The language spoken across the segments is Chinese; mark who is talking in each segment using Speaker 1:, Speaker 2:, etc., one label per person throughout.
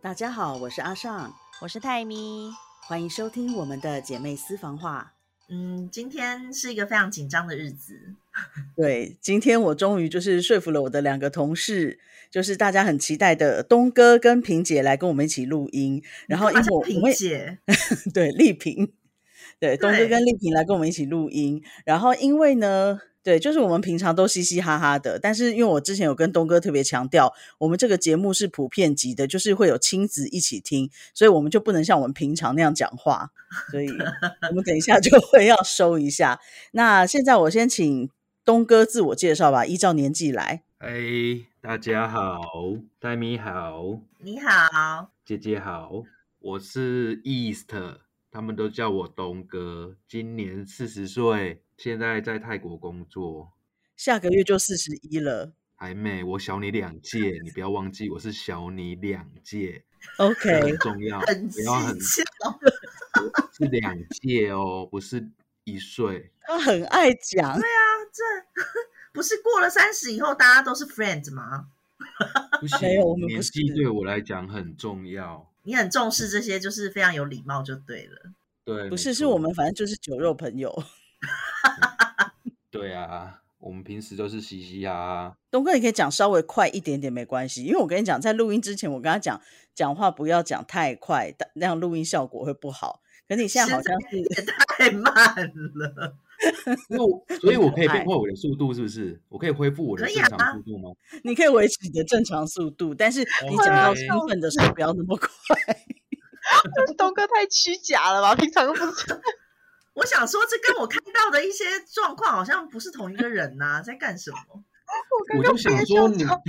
Speaker 1: 大家好，我是阿尚，
Speaker 2: 我是泰咪。
Speaker 1: 欢迎收听我们的姐妹私房话。
Speaker 2: 嗯，今天是一个非常紧张的日子。
Speaker 1: 对，今天我终于就是说服了我的两个同事，就是大家很期待的东哥跟萍姐来跟我们一起录音。然后因为我
Speaker 2: 萍
Speaker 1: 我也
Speaker 2: 姐，
Speaker 1: 对丽萍，对东哥
Speaker 2: 对
Speaker 1: 跟丽萍来跟我们一起录音。然后因为呢，对，就是我们平常都嘻嘻哈哈的，但是因为我之前有跟东哥特别强调，我们这个节目是普遍级的，就是会有亲子一起听，所以我们就不能像我们平常那样讲话，所 以我们等一下就会要收一下。那现在我先请东哥自我介绍吧，依照年纪来。
Speaker 3: 哎，大家好，戴咪好，
Speaker 2: 你好。
Speaker 3: 姐姐好，我是 East，他们都叫我东哥，今年四十岁，现在在泰国工作。
Speaker 1: 下个月就四十一了
Speaker 3: 还妹，我小你两届，你不要忘记，我是小你两届，这
Speaker 1: ，OK，
Speaker 3: 很重要，
Speaker 2: 很
Speaker 3: 不要很
Speaker 2: 计较，
Speaker 3: 是两届哦，不是 一岁。
Speaker 1: 他很爱讲，
Speaker 3: 啊
Speaker 2: 这 不是过了三十以后大家都是 friend 吗？
Speaker 3: 不行
Speaker 1: 没有我们，不
Speaker 3: 年纪
Speaker 1: 是
Speaker 3: 对我来讲很重要。
Speaker 2: 你很重视这些，就是非常有礼貌就对了。
Speaker 3: 对，
Speaker 1: 不
Speaker 3: 没
Speaker 1: 是，是
Speaker 3: 错
Speaker 1: 我们反正就是酒肉朋友。
Speaker 3: 对啊，我们平时都是嘻嘻哈哈。
Speaker 1: 东哥，你可以讲稍微快一点点，没关系，因为我跟你讲，在录音之前，我跟他讲讲话不要讲太快，但那样录音效果会不好。可是你现在好像是
Speaker 2: 也太慢了，
Speaker 3: 所以我，所以我可以
Speaker 1: 可爱
Speaker 3: 变快我的速度，是不是？我可以恢复我的
Speaker 2: 可以
Speaker 3: 正
Speaker 2: 啊
Speaker 3: 常速度吗？
Speaker 1: 你可以维持你的正常速度，但是你讲到兴奋的时候不要那么快。
Speaker 4: 东哥太虚假了吧？平常又不是
Speaker 2: 我想说这跟我看到的一些状况好像不是同一个人呐、在干什么？
Speaker 4: 我刚
Speaker 3: 我就
Speaker 4: 刚
Speaker 3: 想
Speaker 4: 憋
Speaker 3: 说
Speaker 4: 笑
Speaker 3: 你，
Speaker 4: 超，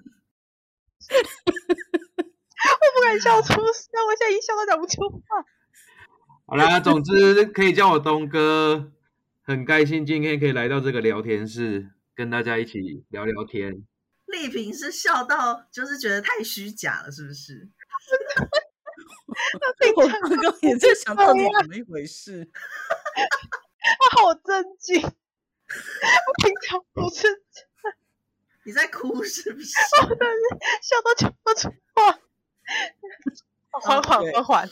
Speaker 4: 我不敢笑出声，我现在一笑都讲不出话。
Speaker 3: 好啦，总之可以叫我东哥，很开心今天可以来到这个聊天室，跟大家一起聊聊天。
Speaker 2: 丽萍是笑到就是觉得太虚假了，是不是？
Speaker 1: 我刚刚也在想到底怎么一回事。
Speaker 4: 他好震惊， 我平常不是
Speaker 2: 你在哭是不是？
Speaker 4: 笑都讲不出 话。缓缓
Speaker 1: 对
Speaker 4: 缓缓，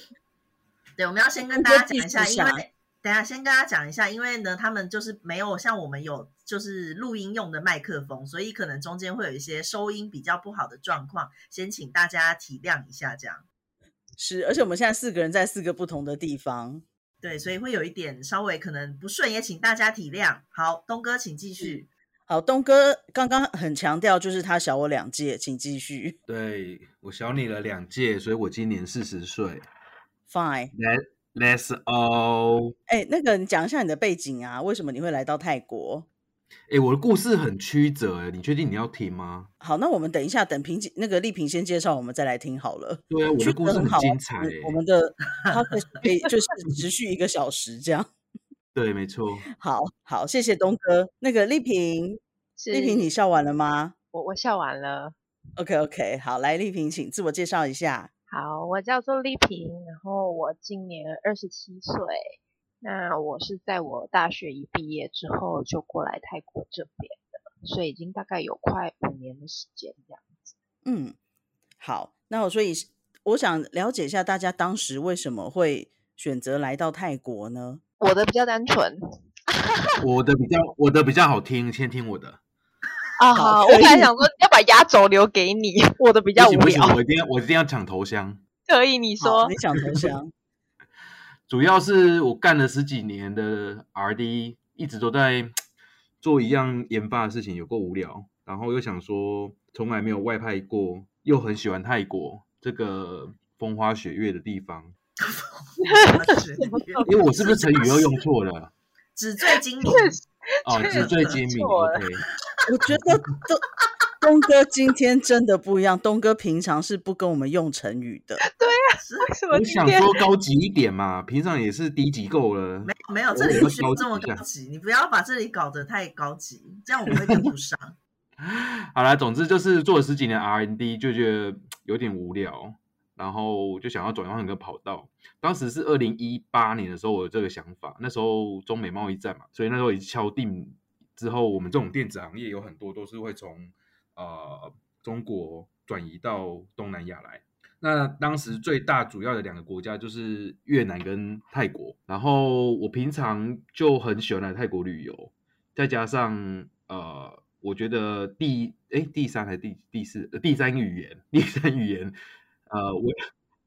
Speaker 2: 对，我们要先跟
Speaker 1: 那
Speaker 2: 大
Speaker 1: 就
Speaker 2: 家
Speaker 1: 继
Speaker 2: 讲一下，
Speaker 1: 续
Speaker 2: 因
Speaker 1: 下
Speaker 2: 为等一下先跟大家讲一下，因为呢，他们就是没有像我们有就是录音用的麦克风，所以可能中间会有一些收音比较不好的状况，先请大家体谅一下，这样
Speaker 1: 是，而且我们现在四个人在四个不同的地方。
Speaker 2: 对，所以会有一点稍微可能不顺，也请大家体谅。好，东哥，请继 续。
Speaker 1: 好，东哥刚刚很强调，就是他小我两届，请继续。
Speaker 3: 对我小你了两届，所以我今年四十岁。
Speaker 1: Fine，
Speaker 3: Let Let's all，
Speaker 1: 哎、那个你讲一下你的背景啊，为什么你会来到泰国？
Speaker 3: 哎，我的故事很曲折哎，你确定你要听吗？
Speaker 1: 好，那我们等一下，等萍姐那个丽萍先介绍，我们再来听好了。
Speaker 3: 对啊，我
Speaker 1: 觉
Speaker 3: 的
Speaker 1: 得
Speaker 3: 故事
Speaker 1: 很好啊
Speaker 3: 精彩
Speaker 1: 我
Speaker 3: 哎
Speaker 1: 们。我们 的它可以可以就是持续一个小时这样。
Speaker 3: 对，没错。
Speaker 1: 好好，谢谢东哥。那个丽萍，
Speaker 4: 是
Speaker 1: 丽萍，你笑完了吗
Speaker 4: 我我笑完了。
Speaker 1: ？OK OK，好，来丽萍，请自我介绍一下。
Speaker 4: 好，我叫做丽萍，然后我今年二十七岁。那我是在我大学一毕业之后就过来泰国这边的，所以已经大概有快五年的时间这样。
Speaker 1: 嗯，好，那我所以我想了解一下大家当时为什么会选择来到泰国呢？
Speaker 4: 我的比较单纯
Speaker 3: 我的比较，我的比较好听，先听我的。
Speaker 4: 啊，
Speaker 1: 好
Speaker 4: 我
Speaker 1: 可
Speaker 4: 本来
Speaker 1: 以
Speaker 4: 想说要把压轴留给你，我的比
Speaker 3: 不
Speaker 4: 较无
Speaker 3: 行不行，
Speaker 4: 聊，
Speaker 3: 我一定要，我一定要抢头香。
Speaker 4: 所以你
Speaker 1: 好
Speaker 4: 说
Speaker 1: 你想投降？
Speaker 3: 主要是我干了十几年的 RD，一直都在做一样研发的事情，有够无聊。然后又想说，从来没有外派过，又很喜欢泰国这个风花雪月的地方。因为我是不是成语又用错了？
Speaker 2: 纸醉金迷？
Speaker 4: 确实
Speaker 3: 哦，
Speaker 4: 确实
Speaker 3: 纸醉金迷。
Speaker 4: 错了
Speaker 3: OK，
Speaker 1: 我觉得东东哥今天真的不一样，东哥平常是不跟我们用成语的。
Speaker 4: 为什么
Speaker 3: 我
Speaker 4: 今
Speaker 3: 想
Speaker 4: 天
Speaker 3: 说高级一点嘛，平常也是低级够了。
Speaker 2: 没有没有，
Speaker 3: 我
Speaker 2: 这里
Speaker 3: 也
Speaker 2: 不
Speaker 3: 要
Speaker 2: 需要
Speaker 3: 高
Speaker 2: 这么
Speaker 3: 级一下啊
Speaker 2: 高级，你不要把这里搞得太高级，这样我们会跟不上。
Speaker 3: 好啦，总之就是做了十几年 R&D，就觉得有点无聊，然后就想要转换一个跑道。当时是二零一八年的时候，我有这个想法。那时候中美贸易战嘛，所以那时候已经敲定之后，我们这种电子行业有很多都是会从呃中国转移到东南亚来。那当时最大主要的两个国家就是越南跟泰国。然后我平常就很喜欢来泰国旅游，再加上呃，我觉得第哎第三还是第第四、呃第三语言，第三语言，呃，我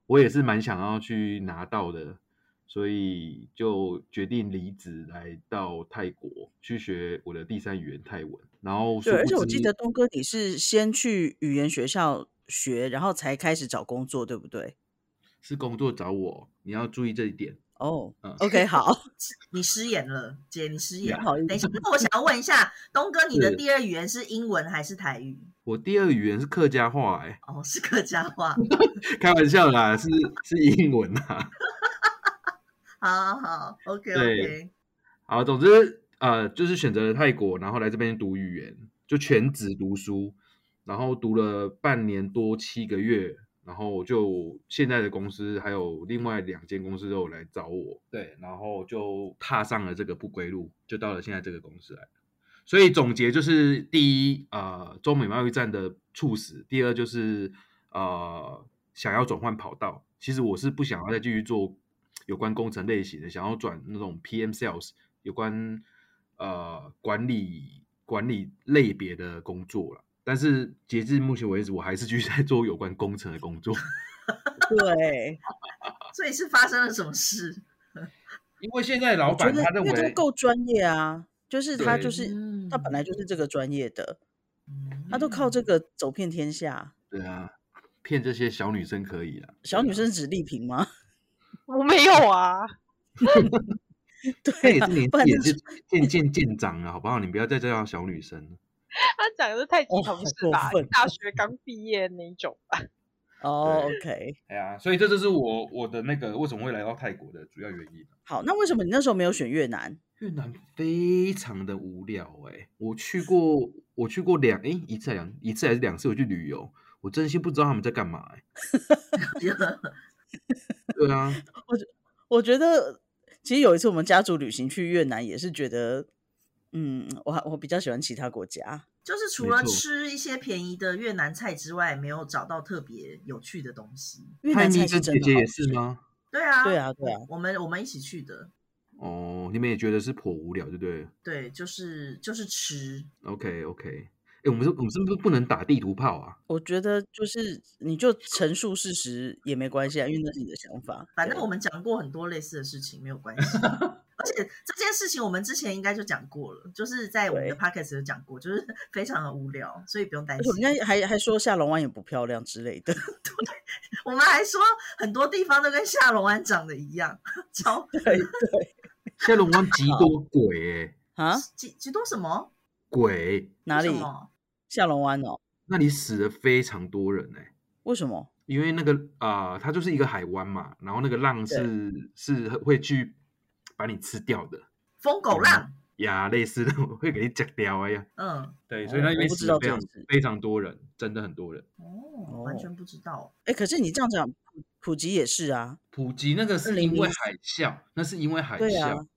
Speaker 3: 我也是蛮想要去拿到的，所以就决定离职来到泰国去学我的第三语言泰文。然后殊
Speaker 1: 对，而
Speaker 3: 不
Speaker 1: 且我记
Speaker 3: 知
Speaker 1: 得东哥你是先去语言学校学，然后才开始找工作，对不对？
Speaker 3: 是工作找我，你要注意这一点。
Speaker 1: 哦、
Speaker 3: 嗯
Speaker 1: o k 好，
Speaker 2: 你失言了，姐，你失言
Speaker 1: 不。好意
Speaker 2: 等一
Speaker 1: 思，
Speaker 2: 下，那我想要问一下，东哥，你的
Speaker 3: 是
Speaker 2: 第二语言是英文还是台语？
Speaker 3: 我第二语言是客家话、欸，
Speaker 2: 哦，是客家话。
Speaker 3: 开玩笑啦，是是英文啊。
Speaker 2: 好好好，OK
Speaker 3: 对
Speaker 2: OK。
Speaker 3: 好，总之呃，就是选择了泰国，然后来这边读语言，就全职读书，然后读了半年多七个月，然后就现在的公司还有另外两间公司都有来找我，对，然后就踏上了这个不归路，就到了现在这个公司来。所以总结就是：第一，呃，中美贸易战的促使；第二，就是呃，想要转换跑道。其实我是不想要再继续做有关工程类型的，想要转那种 PM sales 有关呃管理管理类别的工作了。但是截至目前为止，我还是继续在做有关工程的工作。
Speaker 1: 对，
Speaker 2: 所以是发生了什么事？
Speaker 3: 因为现在老
Speaker 1: 我觉
Speaker 3: 板
Speaker 1: 得
Speaker 3: 他认
Speaker 1: 因为他
Speaker 3: 为
Speaker 1: 够专业啊，就是他就是他本来
Speaker 2: 就
Speaker 1: 就是这个专业的，他都 靠
Speaker 3: 嗯
Speaker 1: 这个走遍天下。
Speaker 3: 对啊，骗这些小女生可以啊，
Speaker 1: 小女生指力平吗？
Speaker 4: 我没有啊，
Speaker 3: 这
Speaker 1: 对
Speaker 3: 也
Speaker 1: 啊
Speaker 3: 是 年
Speaker 1: 不
Speaker 3: 纪
Speaker 1: 然
Speaker 3: 也
Speaker 1: 就是
Speaker 3: 渐渐渐长啊了，好不好？你不要再叫她小女生了。
Speaker 4: 他讲的太极
Speaker 1: 哦
Speaker 4: 同
Speaker 1: 好
Speaker 4: 事
Speaker 1: 过
Speaker 4: 吧
Speaker 1: 分，
Speaker 4: 大学刚毕业那种吧。
Speaker 1: 哦
Speaker 3: 对
Speaker 1: ，OK，
Speaker 3: 哎呀，所以这就是我我的那个为什么会来到泰国的主要原因。
Speaker 1: 好，那为什么你那时候没有选越南？
Speaker 3: 越南非常的无聊哎、我去过，我去过两哎、一次还两一次还是两次，我去旅游，我真心不知道他们在干嘛哎、对啊，
Speaker 1: 我觉得其实有一次我们家族旅行去越南，也是觉得，嗯，我还我比较喜欢其他国家。
Speaker 2: 就是除
Speaker 3: 没
Speaker 2: 了
Speaker 3: 错
Speaker 2: 吃一些便宜的越南菜之外，没有找到特别有趣的东西。
Speaker 1: 越
Speaker 3: 泰
Speaker 1: 南
Speaker 3: 咪
Speaker 1: 菜
Speaker 3: 跟
Speaker 1: 是
Speaker 3: 姐
Speaker 1: 真
Speaker 3: 姐
Speaker 1: 的
Speaker 3: 也
Speaker 1: 好，
Speaker 3: 是吗？
Speaker 2: 对啊，
Speaker 1: 对啊对啊
Speaker 2: 我，我们我们一起去的，
Speaker 3: 哦，你们也觉得是颇无聊，对不对
Speaker 2: 对，就是就是吃，
Speaker 3: ？OK OK，哎、我们是我们是不是不能打地图炮啊？
Speaker 1: 我觉得就是你就陈述事实也没关系啊，因为那是你的想法。
Speaker 2: 反正
Speaker 1: 对
Speaker 2: 我们讲过很多类似的事情，没有关 系。而且这件事情我们之前应该就讲过了，就是在我们的 podcast 有讲过，就是 非常的无聊，所以不用担
Speaker 1: 而且
Speaker 2: 心
Speaker 1: 我。们家还还说下龙湾也不漂亮之类的，
Speaker 2: 我们还说很多地方都跟下龙湾长得一样，超
Speaker 1: 对对
Speaker 3: 现在龙湾极多鬼 哎、
Speaker 1: 啊，
Speaker 2: 几几多什么
Speaker 3: 鬼
Speaker 1: 哪里
Speaker 2: 为什么
Speaker 1: 下龙湾哦？
Speaker 3: 那里死了非常多人哎、
Speaker 1: 为什么？
Speaker 3: 因为那个啊、呃它就是一个海湾嘛，然后那个浪
Speaker 1: 对
Speaker 3: 是是会去把你吃掉的。
Speaker 2: 疯
Speaker 1: 哦
Speaker 2: 狗浪？
Speaker 3: 呀，类似的 会给你讲掉哎呀。
Speaker 2: 嗯，
Speaker 3: 对，
Speaker 1: 所以哦那我边不死知了道非这常件事
Speaker 3: 非常多人，真的很多人。
Speaker 2: 哦，完全不知道。
Speaker 1: 哎，可是你这样讲，普普吉也是啊，
Speaker 3: 普及那个是因为海啸，那是因为海
Speaker 1: 对啊
Speaker 3: 啸。，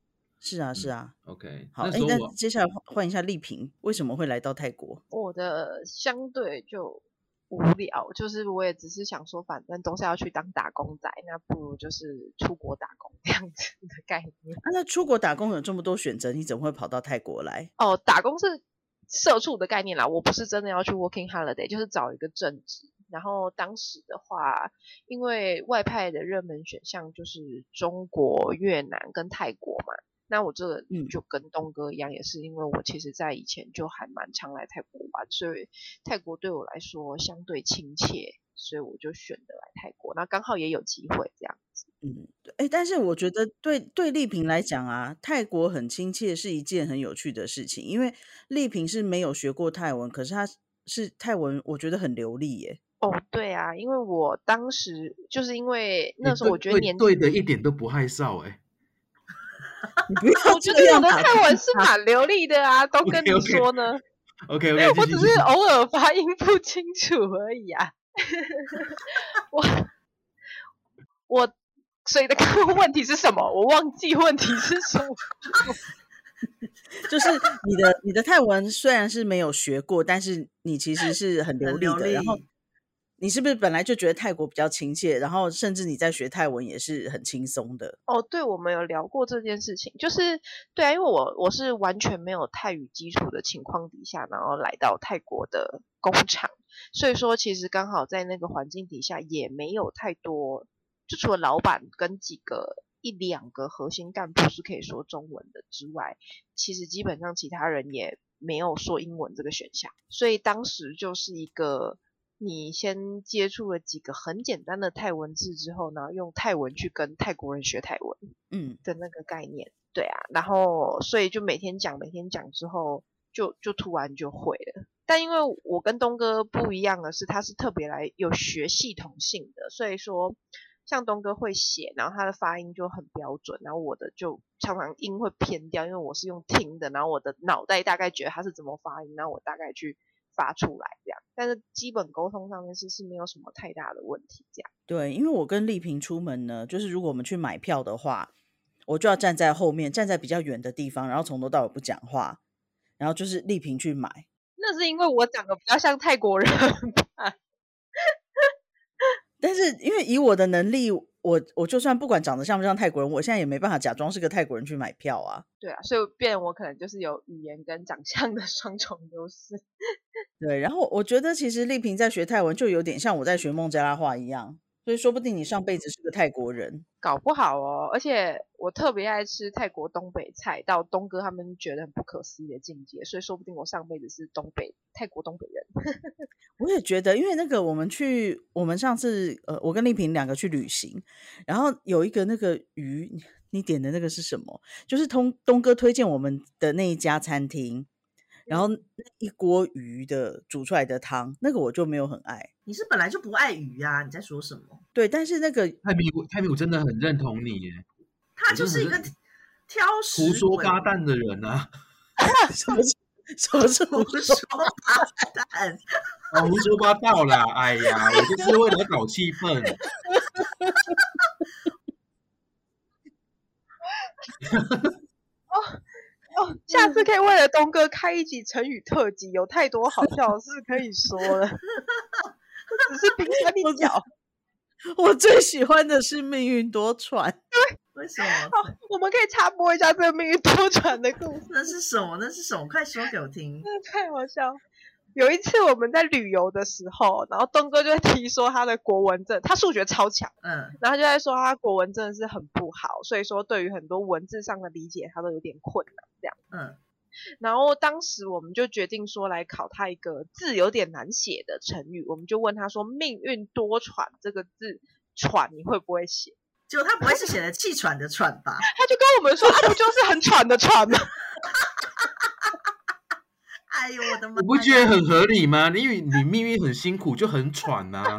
Speaker 1: 是啊是啊。
Speaker 3: OK，
Speaker 1: 好，
Speaker 3: 那
Speaker 1: 哎
Speaker 3: 时，候
Speaker 1: 那
Speaker 3: 我
Speaker 1: 接下来换换一下丽萍，为什么会来到泰国？
Speaker 4: 我的相对就无聊，就是我也只是想说，反正都是要去当打工仔，那不如就是出国打工这样子的概念。
Speaker 1: 啊，那出国打工有这么多选择，你怎么会跑到泰国来？
Speaker 4: 哦，打工是社畜的概念啦，我不是真的要去 working holiday，就是找一个正职。然后当时的话，因为外派的热门选项就是中国、越南跟泰国嘛，那我这个
Speaker 1: 嗯
Speaker 4: 就跟东哥一样，也是因为我其实在以前就还蛮常来泰国玩，所以泰国对我来说相对亲切，所以我就选择来泰国。那刚好也有机会这样子。
Speaker 1: 嗯，哎，但是我觉得对对丽萍来讲啊，泰国很亲切是一件很有趣的事情，因为丽萍是没有学过泰文，可是她是泰文，我觉得很流利耶。
Speaker 4: 哦，对啊，因为我当时就是因为那
Speaker 3: 你
Speaker 4: 时候
Speaker 3: 对
Speaker 4: 我觉得
Speaker 3: 对
Speaker 4: 年纪
Speaker 3: 对的一点都不害臊哎。
Speaker 1: 你不要
Speaker 4: 我觉
Speaker 1: 这
Speaker 4: 得我
Speaker 1: 样
Speaker 4: 的
Speaker 1: 打
Speaker 4: 泰
Speaker 1: 断
Speaker 4: 文是蛮流利的啊，都跟你
Speaker 3: OK，OK
Speaker 4: 说呢。
Speaker 3: OK OK，
Speaker 4: 我只是
Speaker 1: 哦
Speaker 4: 偶尔发音不清楚而已啊。 我我所以的刚刚问题是什么？我忘记问题是什么。
Speaker 1: 就是你的你的泰文虽然是没有学过，但是你其实是很流
Speaker 2: 很
Speaker 1: 利
Speaker 2: 流
Speaker 1: 的，然后
Speaker 2: 利
Speaker 1: 你是不是本来就觉得泰国比较亲切，然后甚至你在学泰文也是很轻松的？
Speaker 4: 哦，对，我们有聊过这件事情，就是对啊，因为我我是完全没有泰语基础的情况底下，然后来到泰国的工厂，所以说其实刚好在那个环境底下也没有太多，就除了老板跟几个一两个核心干部是可以说中文的之外，其实基本上其他人也没有说英文这个选项，所以当时就是一个。你先接触了几个很简单的泰文字之后呢，用泰文去跟泰国人学泰文
Speaker 1: 嗯，
Speaker 4: 的那个概念，对啊，然后所以就每天讲，每天讲之后，就就突然就会了。但因为我跟东哥不一样的是，他是特别来有学系统性的，所以说像东哥会写，然后他的发音就很标准，然后我的就常常音会偏掉，因为我是用听的，然后我的脑袋大概觉得他是怎么发音，然后我大概去发出来这样。但是基本沟通上面是是没有什么太大的问题这样。
Speaker 1: 对，因为我跟丽萍出门呢，就是如果我们去买票的话，我就要站在后面，站在比较远的地方，然后从头到尾不讲话，然后就是丽萍去买。
Speaker 4: 那是因为我长得比较像泰国人吧？
Speaker 1: 但是因为以我的能力，我我就算不管长得像不像泰国人，我现在也没办法假装是个泰国人去买票啊。
Speaker 4: 对啊，所以变我可能就是有语言跟长相的双重优势。
Speaker 1: 对，然后我觉得其实丽萍在学泰文就有点像我在学孟加拉话一样，所以说不定你上辈子是个泰国人。
Speaker 4: 搞不好哦，而且我特别爱吃泰国东北菜，到东哥他们觉得很不可思议的境界，所以说不定我上辈子是东北泰国东北人。
Speaker 1: 我也觉得，因为那个我们去，我们上次呃，我跟丽萍两个去旅行，然后有一个那个鱼，你你点的那个是什么？就是东东哥推荐我们的那一家餐厅，然后那一锅鱼的煮出来的汤，那个我就没有很爱。
Speaker 2: 你是本来就不爱鱼啊？你在说什么？
Speaker 1: 对，但是那 个
Speaker 3: 泰米我泰米我真的很认同你耶，
Speaker 2: 他
Speaker 3: 我
Speaker 2: 就
Speaker 3: 真的
Speaker 2: 是一
Speaker 3: 很
Speaker 2: 个
Speaker 3: 认
Speaker 2: 挑食
Speaker 3: 胡说
Speaker 2: 鬼
Speaker 3: 八道的人啊，
Speaker 1: 什么是什么是
Speaker 2: 胡说八蛋，
Speaker 3: 哦，胡说八道啦！哎呀，我就是为了搞气氛。
Speaker 4: 哦，下次可以为了东哥开一集成语特辑，有太多好笑的事可以说了。这只是冰山一角，
Speaker 1: 我最喜欢的是命运多舛。
Speaker 2: 为什么？
Speaker 4: 我们可以插播一下这个命运多舛的故事，
Speaker 2: 那是什么？那是什么？快说给我听！
Speaker 4: 真的太好笑了。有一次我们在旅游的时候，然后东哥就提说他的国文证，他数学超强。
Speaker 2: 嗯，
Speaker 4: 然后就在说他国文真的是很不好，所以说对于很多文字上的理解他都有点困难这样。
Speaker 2: 嗯，
Speaker 4: 然后当时我们就决定说来考他一个字有点难写的成语，我们就问他说“命运多舛”这个字“舛”你会不会写？
Speaker 2: 结果他不会是写的气喘的喘吧？
Speaker 4: 他就跟我们说：“啊，不就是很喘的喘吗
Speaker 2: 哎呦我的妈呀！
Speaker 3: 你不觉得很合理吗？因为你命运很辛苦，就很喘呐、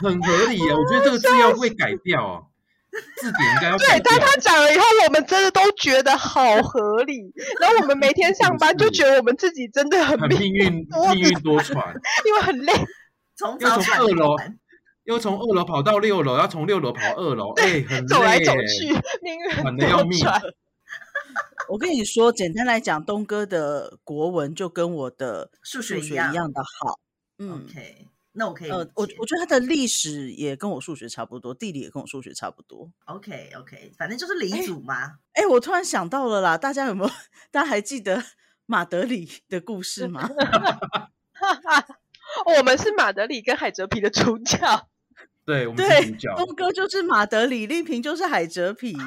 Speaker 3: 很合理啊！我觉得这个字要会改掉、哦，字典应该要？”改掉
Speaker 4: 对，但。他讲了以后，我们真的都觉得好合理。然后我们每天上班就觉得我们自己真 的很
Speaker 3: 很
Speaker 4: 命，
Speaker 3: 命运，命运多舛，
Speaker 4: 因为很累。
Speaker 2: 从
Speaker 3: 要
Speaker 2: 早
Speaker 3: 从
Speaker 2: 喘
Speaker 3: 二
Speaker 2: 到
Speaker 3: 楼
Speaker 2: 晚，
Speaker 3: 又从二楼跑到六楼，要从六楼跑二楼，哎、很累
Speaker 4: 走来走
Speaker 3: 耶
Speaker 4: 去，命运
Speaker 3: 喘
Speaker 4: 很
Speaker 3: 得
Speaker 4: 多
Speaker 3: 要命
Speaker 4: 舛。
Speaker 1: 我跟你说，简单来讲，东哥的国文就跟我的
Speaker 2: 数学
Speaker 1: 数
Speaker 2: 一
Speaker 1: 学
Speaker 2: 样
Speaker 1: 一样的好。嗯，
Speaker 2: OK，那我可以
Speaker 1: 呃
Speaker 2: 理，
Speaker 1: 我
Speaker 2: 解
Speaker 1: 我觉得他的历史也跟我数学差不多，地理也跟我数学差不多。
Speaker 2: OK OK，反正就是李祖嘛。
Speaker 1: 哎，我突然想到了啦，大家有没有？大家还记得马德里的故事吗？
Speaker 4: 哦我们是马德里跟海蜇皮的主角，
Speaker 3: 对，我们是
Speaker 1: 对
Speaker 3: 主角，，
Speaker 1: 东哥就是马德里，丽萍就是海蜇皮，就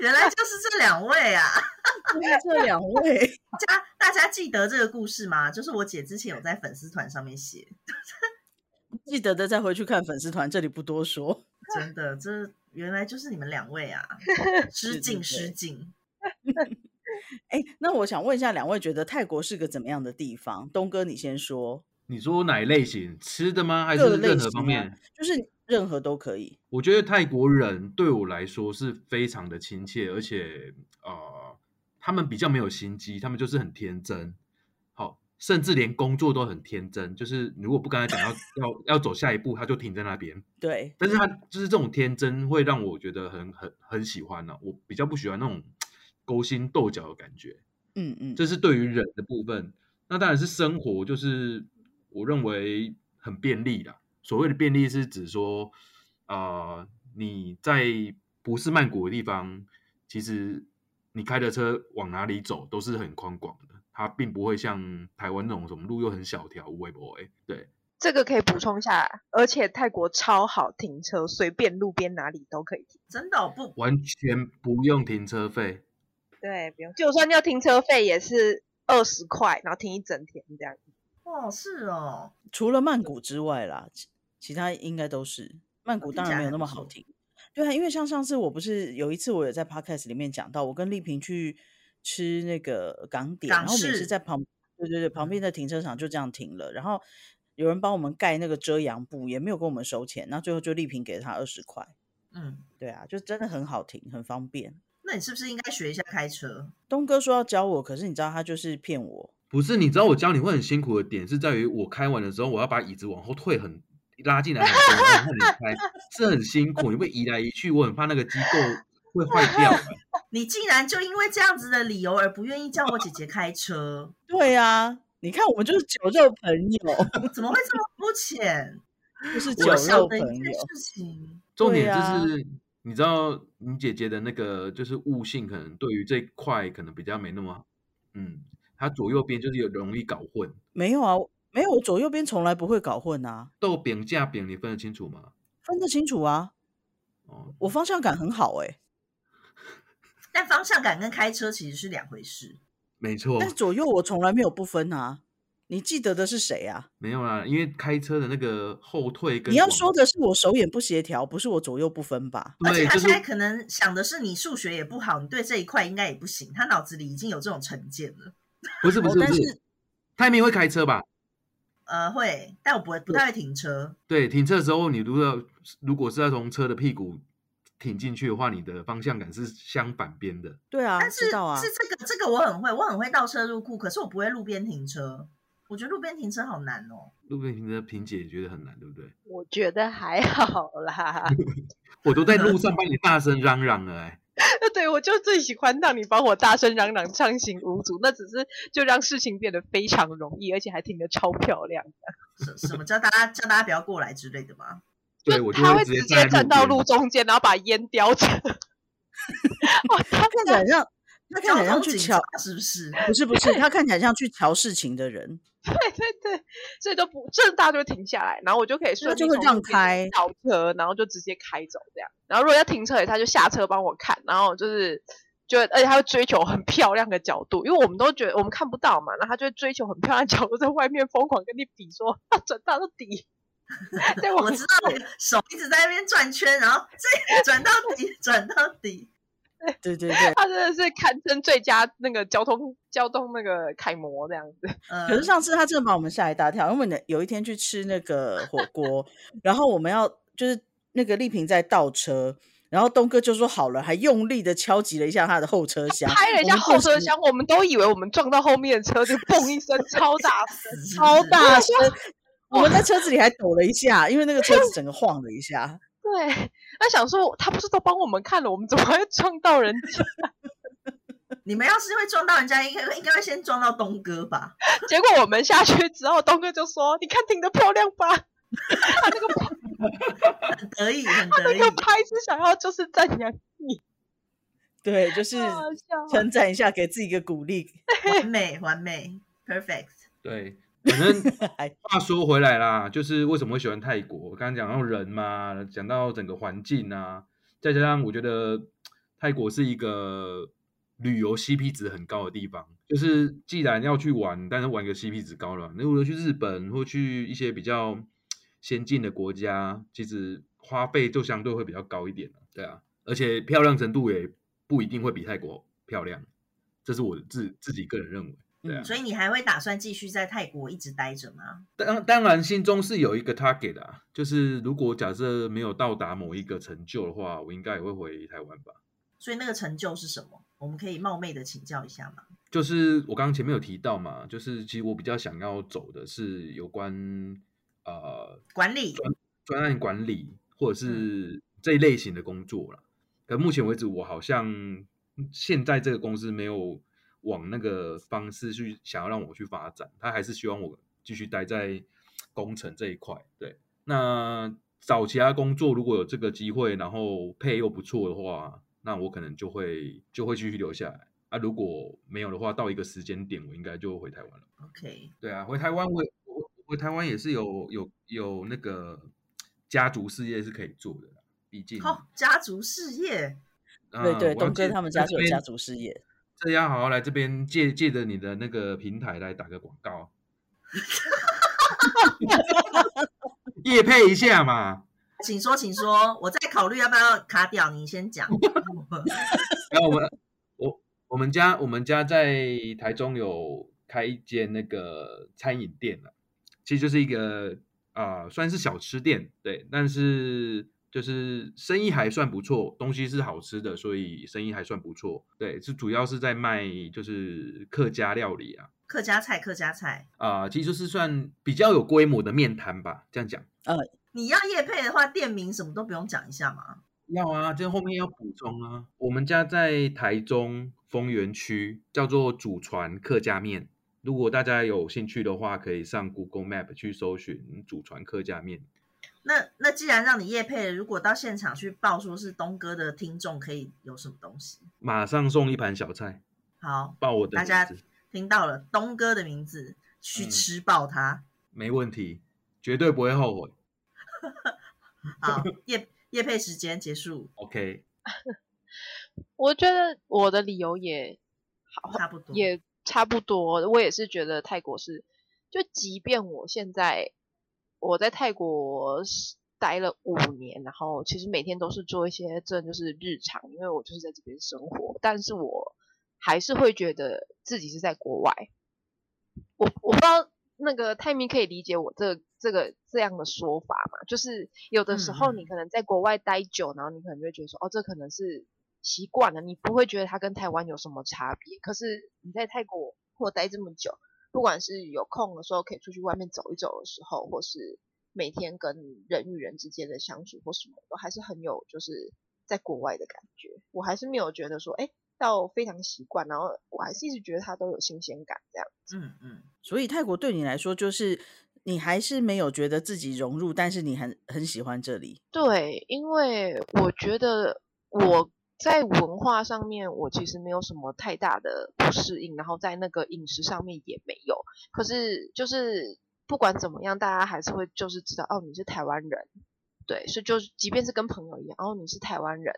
Speaker 2: 原来就是这两位啊！
Speaker 1: 是这两位。
Speaker 2: 大家大家记得这个故事吗？就是我姐之前有在粉丝团上面写，
Speaker 1: 记得的再回去看粉丝团，这里不多说。
Speaker 2: 真的，这原来就是你们两位 啊！失
Speaker 1: 对
Speaker 2: 敬
Speaker 1: 对
Speaker 2: 失敬。
Speaker 1: 哎，那我想问一下，两位觉得泰国是个怎么样的地方？东哥，你先说，
Speaker 3: 你说哪一类型？吃的吗？还
Speaker 1: 各
Speaker 3: 是
Speaker 1: 类
Speaker 3: 任何
Speaker 1: 型
Speaker 3: 方
Speaker 1: 啊
Speaker 3: 面？
Speaker 1: 就是任何都可以。
Speaker 3: 我觉得泰国人对我来说是非常的亲切，而且呃，他们比较没有心机，他们就是很天真，好、甚至连工作都很天真。就是如果不跟他讲要要要走下一步，他就停在那边。
Speaker 1: 对，
Speaker 3: 但是他就是这种天真，会让我觉得很很很喜欢呢、我比较不喜欢那种勾心斗角的感觉。
Speaker 1: 嗯嗯，
Speaker 3: 这是对于人的部分。那当然是生活，就是我认为很便利啦。所谓的便利是指说，呃，你在不是曼谷的地方，其实你开的车往哪里走都是很宽广的，它并不会像台湾那种什么路又很小条，无微不微。对，
Speaker 4: 这个可以补充下来，而且泰国超好停车，随便路边哪里都可以停。
Speaker 2: 真的哦不
Speaker 3: 完全不用停车费。
Speaker 4: 对，不用，就算要停车费也是二十块，然后停一整天这样。
Speaker 2: 哦是哦，
Speaker 1: 除了曼谷之外啦，其其他应该都是曼谷，当然没有那么好听。对啊，因为像上次我不是有一次我有在 podcast 里面讲到，我跟丽萍去吃那个港嗯点，
Speaker 2: 港
Speaker 1: 然后我们也
Speaker 2: 式
Speaker 1: 是在旁，对对对，旁边的停车场就这样停了，然后有人帮我们盖那个遮阳布，也没有跟我们收钱，那最后就丽萍给了他二十块。
Speaker 2: 嗯，
Speaker 1: 对啊，就真的很好停，很方便。
Speaker 2: 那你是不是应该学一下开车？
Speaker 1: 东哥说要教我，可是你知道他就是骗我，
Speaker 3: 不是，你知道我教你会很辛苦的点是在于，我开完的时候，我要把椅子往后退很拉进来很多，然后你开是很辛苦，你会移来移去，我很怕那个机构会坏掉 的。
Speaker 2: 你竟然就因为这样子的理由而不愿意叫我姐姐开车，
Speaker 1: 对啊，你看我们就是酒肉朋友，
Speaker 2: 怎么会这么肤浅？
Speaker 1: 就是酒
Speaker 2: 我小
Speaker 1: 肉
Speaker 2: 的
Speaker 1: 朋
Speaker 2: 一件
Speaker 1: 友。
Speaker 2: 事情，
Speaker 3: 重点就
Speaker 1: 对啊
Speaker 3: 是，你知道你姐姐的那个就是悟性，可能对于这一块可能比较没那么好，嗯，她左右边就是有容易搞混，
Speaker 1: 没有啊，没有，我左右边从来不会搞混啊，
Speaker 3: 豆饼架饼你分得清楚吗？
Speaker 1: 分得清楚啊，
Speaker 3: 哦，
Speaker 1: 我方向感很好哎、
Speaker 2: 但方向感跟开车其实是两回事。
Speaker 3: 没错
Speaker 2: 哦
Speaker 1: 但，是左右我从来没有不分啊。你记得的是谁啊？
Speaker 3: 没有啦，因为开车的那个后退跟
Speaker 1: 你要
Speaker 3: 往
Speaker 1: 说的是我手眼不协调，不是我左右不分吧？
Speaker 2: 而且
Speaker 3: 对，
Speaker 2: 他
Speaker 3: 就是
Speaker 2: 现在可能想的是你数学也不好，你对这一块应该也不行，他脑子里已经有这种成见了。
Speaker 3: 不是不
Speaker 1: 哦
Speaker 3: 是不
Speaker 1: 但
Speaker 3: 是
Speaker 1: 是，
Speaker 3: 泰明会开车吧？
Speaker 2: 呃，会，但我不会不太会停车。
Speaker 3: 对，停车的时候，你如果如果是要从车的屁股挺进去的话，你的方向感是相反边的。
Speaker 1: 对啊，
Speaker 2: 但是
Speaker 1: 知道啊
Speaker 2: 是，这个这个我很会，我很会倒车入库，可是我不会路边停车。我觉得路边停车好难哦。
Speaker 3: 路边停车萍姐也觉得很难，对不对？
Speaker 5: 我觉得还好啦。
Speaker 3: 我都在路上帮你大声嚷嚷了、哎，
Speaker 4: 对，我就最喜欢让你帮我大声嚷嚷，畅行无阻，那只是就让事情变得非常容易，而且还停得超漂亮。
Speaker 2: 什什么叫大家叫大家不要过来之类的 吗？
Speaker 3: 对我就
Speaker 4: 他会
Speaker 3: 直接
Speaker 4: 接
Speaker 3: 站在
Speaker 4: 站到
Speaker 3: 边
Speaker 4: 路中间，然后把烟叼着。 哦，他
Speaker 1: 他看起来像，他看
Speaker 2: 交
Speaker 1: 起来像
Speaker 2: 通
Speaker 1: 去
Speaker 2: 警
Speaker 1: 瞧
Speaker 2: 察，是 不是？
Speaker 1: 不是不 是，他看起来像去瞧事情的人。
Speaker 4: 对对对，所以都不正大就会停下来，然后我就可以顺利
Speaker 1: 就会
Speaker 4: 从
Speaker 1: 让
Speaker 4: 路边
Speaker 1: 开
Speaker 4: 倒车，然后就直接开走这样。然后如果要停车，他就下车帮我看，然后就是就而且他会追求很漂亮的角度，因为我们都觉得我们看不到嘛，然后他就会追求很漂亮的角度，在外面疯狂跟你比说要转到底， 再往
Speaker 2: 我知道那个手一直在那边转圈，然后这 转到底，转到底。
Speaker 1: 对对对，
Speaker 4: 他真的是堪称最佳那个交通交通那个楷模这样子。
Speaker 2: 呃，
Speaker 4: 嗯
Speaker 1: 可是上次他真的把我们吓一大跳，因为呢有一天去吃那个火锅，然后我们要就是那个丽萍在倒车，然后东哥就说好了，还用力的敲击了一下他的后车厢，
Speaker 4: 拍了一
Speaker 1: 我
Speaker 4: 下
Speaker 1: 们
Speaker 4: 后
Speaker 1: 顿
Speaker 4: 车
Speaker 1: 时
Speaker 4: 厢，我们都以为我们撞到后面的 车，就嘣一声，超大声，
Speaker 2: 死
Speaker 1: 超大声，我们
Speaker 4: 哇
Speaker 1: 在车子里还抖了一下，因为那个车 子整个晃了一下。
Speaker 4: 对，他想说他不是都帮我们看了，我们怎么会撞到人 家？
Speaker 2: 你们要是会撞到人家，应该应该会先撞到东哥吧？
Speaker 4: 结果我们下去之后，东哥就说：“你看停的漂亮吧？”他那个拍
Speaker 2: 很得意，很得
Speaker 4: 那
Speaker 2: 意。
Speaker 4: 个拍是想要就是赞扬，
Speaker 1: 对，就是
Speaker 4: 太 好笑了。
Speaker 1: 称赞一下，给自己一个鼓励。
Speaker 2: 完美，完美，perfect。
Speaker 3: 对，反正
Speaker 1: 还
Speaker 3: 话说回来啦，就是为什么会喜欢泰国？我刚刚讲到人嘛，讲到整个环境啊，再加上我觉得泰国是一个旅游 CP 值很高的地方。就是既然要去玩，但是玩个 CP 值高了，那如果去日本或去一些比较先进的国家，其实花费就相对会比较高一点了对啊，而且漂亮程度也不一定会比泰国漂亮，这是我自自己个人认为。对啊
Speaker 1: 嗯
Speaker 2: 所以你还会打算继续在泰国一直待着吗？
Speaker 3: 当当然，心中是有一个 target 的、啊，就是如果假设没有到达某一个成就的话，我应该也会回台湾吧。
Speaker 2: 所以那个成就是什么？我们可以冒昧的请教一下吗？
Speaker 3: 就是我刚刚前面有提到嘛，就是其实我比较想要走的是有关呃
Speaker 2: 管理，
Speaker 3: 专案管理或者是这一类型的工作啦。可目前为止，我好像现在这个公司没有往那个方式去想要让我去发展，他还是希望我继续待在工程这一块。对，那找其他工作如果有这个机会，然后配又不错的话，那我可能就会就会继续留下来。啊，如果没有的话，到一个时间点，我应该就回台湾了。
Speaker 2: OK，
Speaker 3: 对啊，回台湾我也我回台湾也是有有有那个家族事业是可以做的啦，毕竟
Speaker 2: 好、家族事业，
Speaker 3: 嗯
Speaker 1: 对对，东哥他们家
Speaker 3: 是
Speaker 1: 是有家族事业，
Speaker 3: 这要好好来这边借借着你的那个平台来打个广 告，啊 夜配一下嘛。
Speaker 2: 请说，请说，我在考虑要不要卡掉，你先讲。
Speaker 3: 然后我们我我们家我们家在台中有开一间那个餐饮店了，其实就是一个啊、呃算是小吃店，对，但是就是生意还算不错，东西是好吃的，所以生意还算不错。对，是主要是在卖就是客家料理啊。
Speaker 2: 客家菜，客家菜，
Speaker 3: 啊、其实就是算比较有规模的面摊吧，这样讲。
Speaker 2: 你要夜配的话，店名什么都不用讲一下嘛。
Speaker 3: 要啊，这后面要补充啊。我们家在台中丰原区，叫做祖传客家面。如果大家有兴趣的话，可以上 Google Map 去搜寻嗯祖传客家面。
Speaker 2: 那那既然让你夜配了，如果到现场去报说是东哥的听众，可以有什么东西？
Speaker 3: 马上送一盘小菜，
Speaker 2: 好，
Speaker 3: 报我的
Speaker 2: 大
Speaker 3: 名
Speaker 2: 家
Speaker 3: 字
Speaker 2: 听到了东哥的名字，去
Speaker 3: 嗯
Speaker 2: 吃爆它。
Speaker 3: 没问题，绝对不会后悔。
Speaker 2: 好，夜夜配时间结束，
Speaker 3: OK，
Speaker 4: 我觉得我的理由也好，
Speaker 2: 差不多。
Speaker 4: 也差不多。我也是觉得泰国是，就即便我现在我在泰国是待了五年，然后其实每天都是做一些这就是日常，因为我就是在这边生活，但是我还是会觉得自己是在国外。我我不知道那个泰米可以理解我这这个这样的说法嘛？就是有的时候
Speaker 2: 嗯嗯
Speaker 4: 你可能在国外待久，然后你可能就会觉得说，哦，这可能是习惯了，你不会觉得它跟台湾有什么差别。可是你在泰国或待这么久，不管是有空的时候可以出去外面走一走的时候，或是每天跟人与人之间的相处或什么，都还是很有就是在国外的感觉。我还是没有觉得说，哎、到非常习惯，然后我还是一直觉得它都有新鲜感这样。
Speaker 2: 嗯嗯，
Speaker 1: 所以泰国对你来说就是你还是没有觉得自己融入，但是你很很喜欢这里。
Speaker 4: 对，因为我觉得我在文化上面，我其实没有什么太大的不适应，然后在那个饮食上面也没有。可是就是不管怎么样，大家还是会就是知道哦，你是台湾人，对，所以就是即便是跟朋友一样，哦，你是台湾人，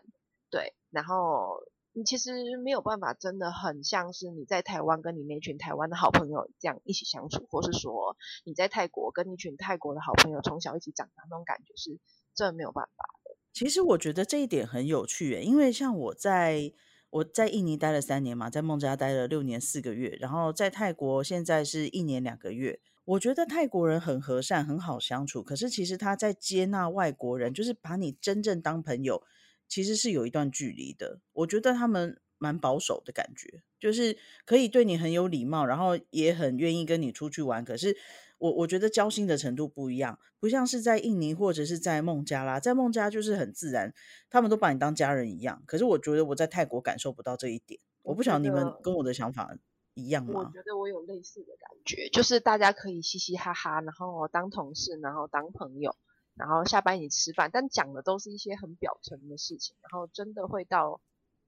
Speaker 4: 对，然后你其实没有办法真的很像是你在台湾跟你那群台湾的好朋友这样一起相处，或是说你在泰国跟一群泰国的好朋友从小一起长大那种感觉是。真的没有办法。
Speaker 1: 其实我觉得这一点很有趣耶，因为像我在我在印尼待了三年嘛，在孟加拉待了六年四个月，然后在泰国现在是一年两个月。我觉得泰国人很和善，很好相处，可是其实他在接纳外国人，就是把你真正当朋友，其实是有一段距离的。我觉得他们蛮保守的感觉，就是可以对你很有礼貌，然后也很愿意跟你出去玩。可是我我觉得交心的程度不一样，不像是在印尼或者是在孟加拉，在孟加拉就是很自然，他们都把你当家人一样。可是我觉得我在泰国感受不到这一点，我
Speaker 4: 我
Speaker 1: 不晓
Speaker 4: 觉
Speaker 1: 得你们
Speaker 4: 得
Speaker 1: 跟我的想法一样
Speaker 4: 我
Speaker 1: 吗？
Speaker 4: 觉得我有类似的感觉，就是大家可以嘻嘻哈哈，然后当同事，然后当朋友，然后下班一起吃饭，但讲的都是一些很表层的事情，然后真的会到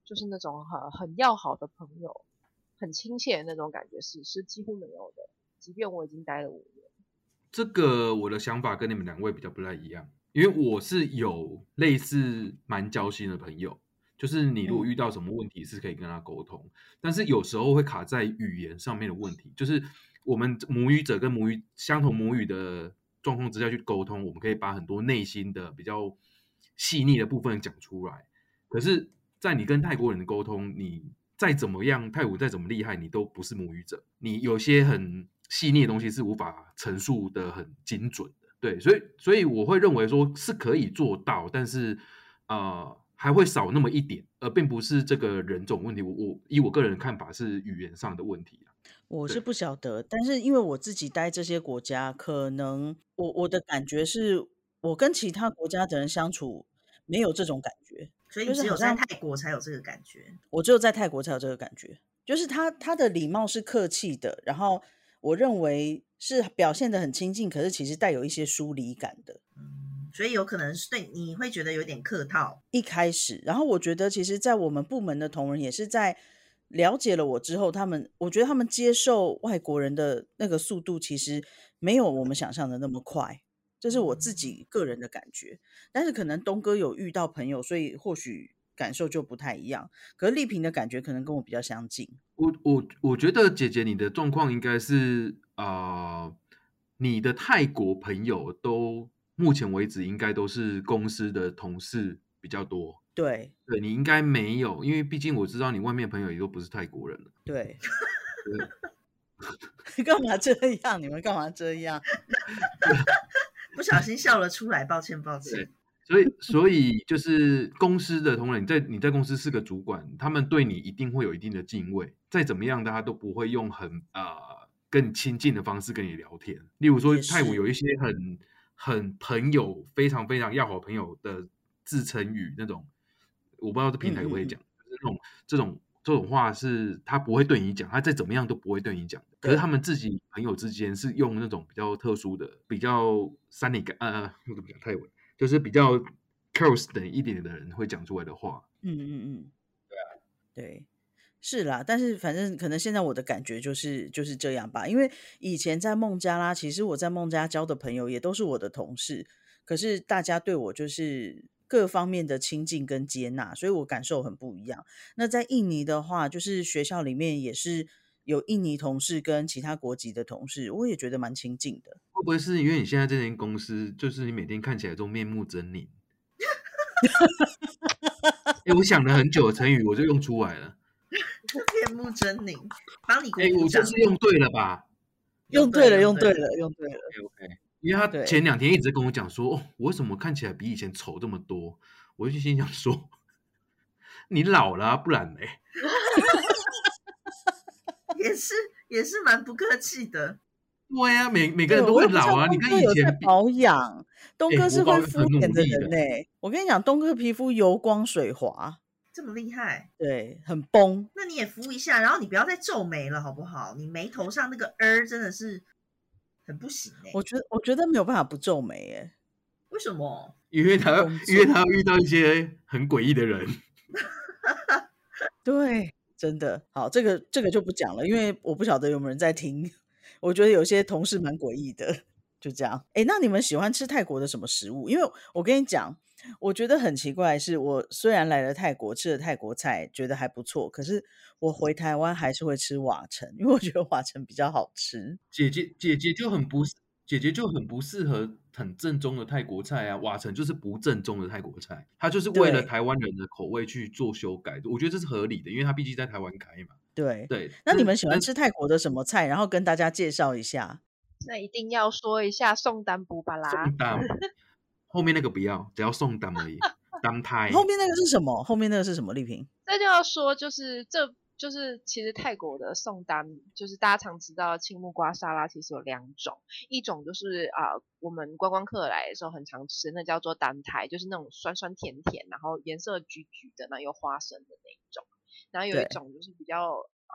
Speaker 4: 就是那种很很要好的朋友，很亲切的那种感觉是是几乎没有的。即便我已经待了五年，
Speaker 3: 这个我的想法跟你们两位比较不太一样，因为我是有类似蛮交心的朋友，就是你如
Speaker 1: 嗯
Speaker 3: 果遇到什么问题是可以跟他沟通，但是有时候会卡在语言上面的问题，就是我们母语者跟母语相同母语的状况之下去沟通，我们可以把很多内心的比较细腻的部分讲出来，可是，在你跟泰国人的沟通，你再怎么样，泰语再怎么厉害，你都不是母语者，你有些很细腻的东西是无法陈述的很精准的。对，所以，所以我会认为说是可以做到，但是，呃，还会少那么一点，而并不是这个人种问题。我我以我个人的看法是语言上的问题啊。
Speaker 1: 我是
Speaker 3: 对
Speaker 1: 不晓得，但是因为我自己待这些国家，可能我我的感觉是，我跟其他国家的人相处没有这种感觉，
Speaker 2: 所以
Speaker 1: 就
Speaker 2: 你
Speaker 1: 是
Speaker 2: 只有
Speaker 1: 好
Speaker 2: 在
Speaker 1: 像
Speaker 2: 泰国才有这个感觉。
Speaker 1: 我只有在泰国才有这个感觉，就是他他的礼貌是客气的，然后我认为是表现的很亲近，可是其实带有一些疏离感的。
Speaker 2: 所以有可能是对你会觉得有点客套，
Speaker 1: 一开始，然后我觉得其实，在我们部门的同仁也是在了解了我之后，他们我觉得他们接受外国人的那个速度其实没有我们想象的那么快，这是我自己个人的感觉。但是可能东哥有遇到朋友，所以或许感受就不太一样。可是丽萍的感觉可能跟我比较相近，
Speaker 3: 我我我觉得姐姐你的状况应该是啊、呃你的泰国朋友都目前为止应该都是公司的同事比较多，
Speaker 1: 对
Speaker 3: 对你应该没有，因为毕竟我知道你外面朋友也都不是泰国人了。
Speaker 1: 对
Speaker 3: 对。
Speaker 1: 干嘛这样？你们干嘛这样？
Speaker 2: 不小心笑了出来，抱歉抱歉
Speaker 3: 对。所以，所以就是公司的同仁，你在你在公司是个主管，他们对你一定会有一定的敬畏。再怎么样，大家都不会用很呃更亲近的方式跟你聊天。例如说，
Speaker 1: 也
Speaker 3: 泰国
Speaker 1: 是
Speaker 3: 有一些很很朋友，非常非常要好朋友的自称语那种，我不知道这平台会
Speaker 1: 嗯
Speaker 3: 不
Speaker 1: 嗯
Speaker 3: 会
Speaker 1: 嗯
Speaker 3: 讲，就是那种这种这种话是他不会对你讲，他再怎么样都不会对你讲的。可是
Speaker 1: 对
Speaker 3: 他们自己朋友之间是用那种比较特殊的、比较三里感呃，我怎么讲泰文？就是比较 close 等一点的人会讲出来的话。
Speaker 1: 嗯嗯嗯，对啊，对，是啦。但是反正可能现在我的感觉就是就是这样吧。因为以前在孟加拉，其实我在孟加交的朋友也都是我的同事，可是大家对我就是各方面的亲近跟接纳，所以我感受很不一样。那在印尼的话，就是学校里面也是有印尼同事跟其他国籍的同事，我也觉得蛮亲近的。
Speaker 3: 会不会是因为你现在这间公司，就是你每天看起来都面目狰 狞？哎、我想了很久的成语，我就用出来了。
Speaker 2: 面目狰狞，帮你鼓
Speaker 3: 哎、我
Speaker 2: 鼓
Speaker 3: 这
Speaker 2: 掌。
Speaker 3: 次用对了吧
Speaker 1: 用对了，用对
Speaker 2: 了，
Speaker 1: 了，用对了。
Speaker 3: ？OK，因为他
Speaker 1: 对
Speaker 3: 前两天一直跟我讲说，哦，我为什么看起来比以前丑这么多？我就心想说，你老了啊、不然嘞。
Speaker 2: 也是也是蛮不客气的。
Speaker 3: 对呀、每每
Speaker 1: 对，
Speaker 3: 个人都
Speaker 1: 我
Speaker 3: 会
Speaker 1: 也不知道
Speaker 3: 老啊，你
Speaker 1: 东
Speaker 3: 跟
Speaker 1: 哥
Speaker 3: 以
Speaker 1: 有在
Speaker 3: 前比。
Speaker 1: 保养，东
Speaker 3: 哎
Speaker 1: 哥
Speaker 3: 我
Speaker 1: 是
Speaker 3: 保
Speaker 1: 会
Speaker 3: 养
Speaker 1: 敷
Speaker 3: 很努
Speaker 1: 衍的
Speaker 3: 力的
Speaker 1: 人呢、我跟你讲，东哥皮肤油光水滑，
Speaker 2: 这么厉害，
Speaker 1: 对，很崩。
Speaker 2: 那你也扶一下，然后你不要再皱眉了，好不好？你眉头上那个 “er” 真的是很不行哎、
Speaker 1: 我觉得我觉得没有办法不皱眉耶、
Speaker 2: 为什么？
Speaker 3: 因为他
Speaker 1: 工
Speaker 3: 因为
Speaker 1: 作
Speaker 3: 他遇到一些很诡异的人，
Speaker 1: 对，真的。好，这个这个就不讲了，因为我不晓得有没有人在听。 我觉得有些同事蛮诡异的，就这样。哎，那你们喜欢吃泰国的什么食物？因为我跟你讲，我觉得很奇怪的是，我虽然来了泰国，吃了泰国菜，觉得还不错，可是我回台湾还是会吃瓦城，因为我觉得瓦城比较好吃。
Speaker 3: 姐姐姐姐就很不适姐姐就很不适合很正宗的泰国菜啊，瓦城就是不正宗的泰国菜，他就是为了
Speaker 1: 对
Speaker 3: 台湾人的口味去做修改，我觉得这是合理的，因为他毕竟在台湾开嘛。
Speaker 1: 对，
Speaker 3: 对，
Speaker 1: 那你
Speaker 3: 但
Speaker 1: 们喜欢
Speaker 3: 但
Speaker 1: 吃泰国的什么菜？然后跟大家介绍一下。
Speaker 4: 那一定要说一下宋丹布巴拉，
Speaker 3: 送单，后面那个不要，只要送单而已，单胎。
Speaker 1: 后面那个是什么？后面那个是什么？丽萍？
Speaker 4: 这就要说，就是这就是其实泰国的宋丹，就是大家常知道青木瓜沙拉，其实有两种，一种就是啊、我们观光客来的时候很常吃，那叫做丹苔，就是那种酸酸甜甜，然后颜色橘橘的，然后有花生的那一种。然后有一
Speaker 1: 对
Speaker 4: 种就是比较呃，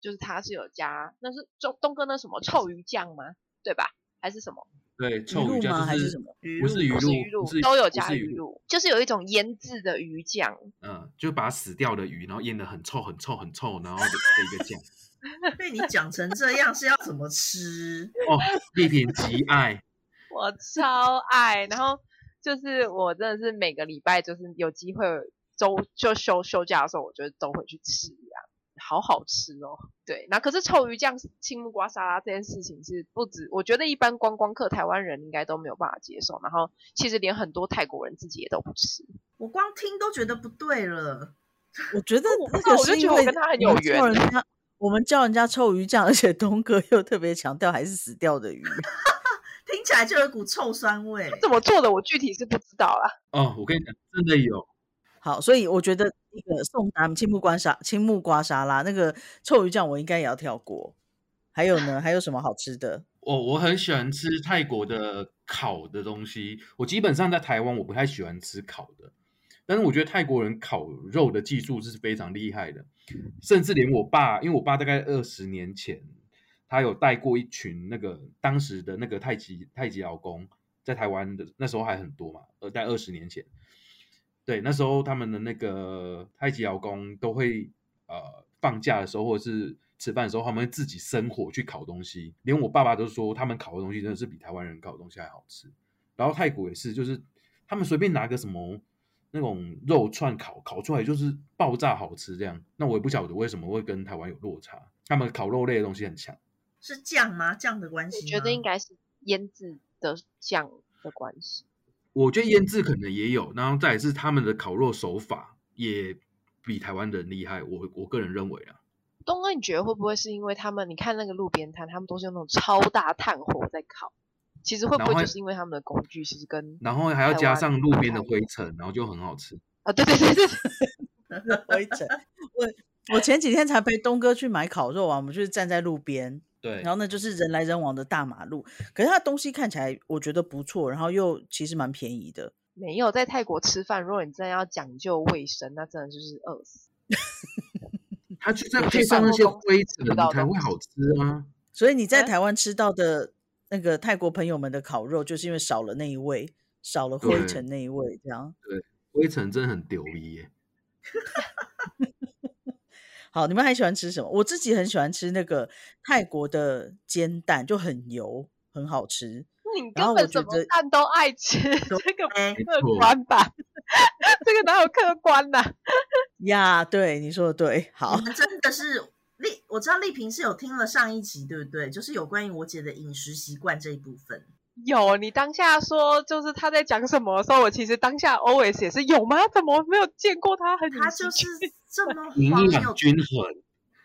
Speaker 4: 就是它是有加，那是东东哥那什么臭鱼酱吗？对吧？还是什么？
Speaker 3: 对，
Speaker 1: 鱼
Speaker 3: 臭
Speaker 1: 露
Speaker 3: 鱼
Speaker 1: 吗？
Speaker 3: 酱
Speaker 1: 还
Speaker 3: 就是
Speaker 1: 什么？
Speaker 2: 鱼
Speaker 3: 不是
Speaker 2: 露
Speaker 3: 鱼
Speaker 4: 不
Speaker 3: 露
Speaker 4: 鱼
Speaker 3: 不
Speaker 4: 露
Speaker 3: 是
Speaker 4: 都有
Speaker 3: 不
Speaker 4: 加
Speaker 3: 是
Speaker 4: 鱼
Speaker 3: 鱼
Speaker 4: 露，就是有一种腌制的鱼酱，
Speaker 3: 嗯，就把死掉的鱼，然后腌的很臭很臭很臭，然后的的一个酱。
Speaker 2: 被你讲成这样是要怎么吃？
Speaker 3: 哦，丽萍极爱。
Speaker 4: 我超爱。然后就是我真的是每个礼拜就是有机会周就休休假的时候，我就都会去吃啊，好好吃哦。对，那可是臭鱼酱青木瓜沙拉这件事情是不止，我觉得一般观光客台湾人应该都没有办法接受，然后其实连很多泰国人自己也都不吃。
Speaker 2: 我光听都觉得不对了。
Speaker 1: 我觉得
Speaker 4: 我不
Speaker 1: 那
Speaker 4: 知道
Speaker 1: 个
Speaker 4: 哦我就是
Speaker 1: 因
Speaker 4: 觉得我
Speaker 1: 为
Speaker 4: 跟他很
Speaker 1: 我们
Speaker 4: 有
Speaker 1: 叫
Speaker 4: 缘
Speaker 1: 人家我们叫人家臭鱼酱，而且东哥又特别强调还是死掉的鱼。
Speaker 2: 听起来就有一股臭酸味。
Speaker 4: 怎么做的我具体是不知道啦。
Speaker 3: 哦，我跟你讲，真的有，
Speaker 1: 好，所以我觉得那个宋丹青木瓜沙青木瓜沙拉那个臭鱼酱我应该也要跳过。还有呢？还有什么好吃的？
Speaker 3: 我哦我很喜欢吃泰国的烤的东西。我基本上在台湾我不太喜欢吃烤的，但是我觉得泰国人烤肉的技术是非常厉害的，甚至连我爸，因为我爸大概二十年前他有带过一群那个当时的那个太极太极劳工，在台湾的那时候还很多嘛，呃，在二十年前，对，那时候他们的那个太极劳工都会呃放假的时候或者是吃饭的时候，他们会自己生火去烤东西，连我爸爸都说他们烤的东西真的是比台湾人烤的东西还好吃。然后泰国也是，就是他们随便拿个什么那种肉串烤烤出来就是爆炸好吃这样。那我也不晓得为什么会跟台湾有落差，他们烤肉类的东西很强。
Speaker 2: 是酱吗？酱的关系
Speaker 4: 我
Speaker 2: 吗？
Speaker 4: 觉得应该是腌制的酱的关系。
Speaker 3: 我觉得腌制可能也有，然后再来是他们的烤肉手法也比台湾人厉害，我我个人认为啊，
Speaker 4: 东哥，你觉得会不会是因为他们？你看那个路边摊，他们都是用那种超大炭火在烤，其实会不
Speaker 3: 然后
Speaker 4: 会
Speaker 3: 还
Speaker 4: 就是因为他们的工具其实跟
Speaker 3: 然后还要
Speaker 4: 台
Speaker 3: 加
Speaker 4: 湾
Speaker 3: 上路
Speaker 4: 不
Speaker 3: 边的
Speaker 4: 太一
Speaker 3: 灰尘，然后就很好吃。
Speaker 4: 啊，对对对对，对
Speaker 1: 灰尘。我我前几天才陪东哥去买烤肉啊，我们就是站在路边，
Speaker 3: 对
Speaker 1: 然后那就是人来人往的大马路，可是它东西看起来我觉得不错，然后又其实蛮便宜的。
Speaker 4: 没有在泰国吃饭，如果你真的要讲究卫生，那真的就是饿死。
Speaker 3: 它就在
Speaker 4: 有些
Speaker 3: 配上
Speaker 4: 散
Speaker 3: 那
Speaker 4: 落
Speaker 3: 些
Speaker 4: 公司
Speaker 3: 灰
Speaker 4: 吃
Speaker 3: 尘
Speaker 4: 不到
Speaker 3: 才
Speaker 4: 东
Speaker 3: 会
Speaker 4: 西
Speaker 3: 好吃啊。
Speaker 1: 所以你在
Speaker 4: 哎
Speaker 1: 台湾吃到的那个泰国朋友们的烤肉，就是因为少了那一味，少了灰
Speaker 3: 对
Speaker 1: 尘那一味，这样。
Speaker 3: 灰尘真的很丢逼耶。
Speaker 1: 好，你们还喜欢吃什么？我自己很喜欢吃那个泰国的煎蛋，就很油，很好吃。
Speaker 6: 你
Speaker 1: 然后
Speaker 6: 根本
Speaker 1: 我觉
Speaker 6: 什么
Speaker 1: 得
Speaker 6: 蛋都爱吃，这个
Speaker 2: 哎
Speaker 6: 不
Speaker 3: 没错
Speaker 6: 客观 吧？这个哪有客观呐、
Speaker 1: 呀、对，你说的对。好
Speaker 2: 你，们真的是丽，我知道丽萍是有听了上一集，对不对？就是有关于我姐的饮食习惯这一部分。
Speaker 6: 有，你当下说就是他在讲什么的时候，我其实当下 always 也是有吗？怎么没有见过他很？
Speaker 2: 她就是这么
Speaker 3: 营
Speaker 2: 荒
Speaker 3: 养
Speaker 2: 谬，
Speaker 3: 均衡，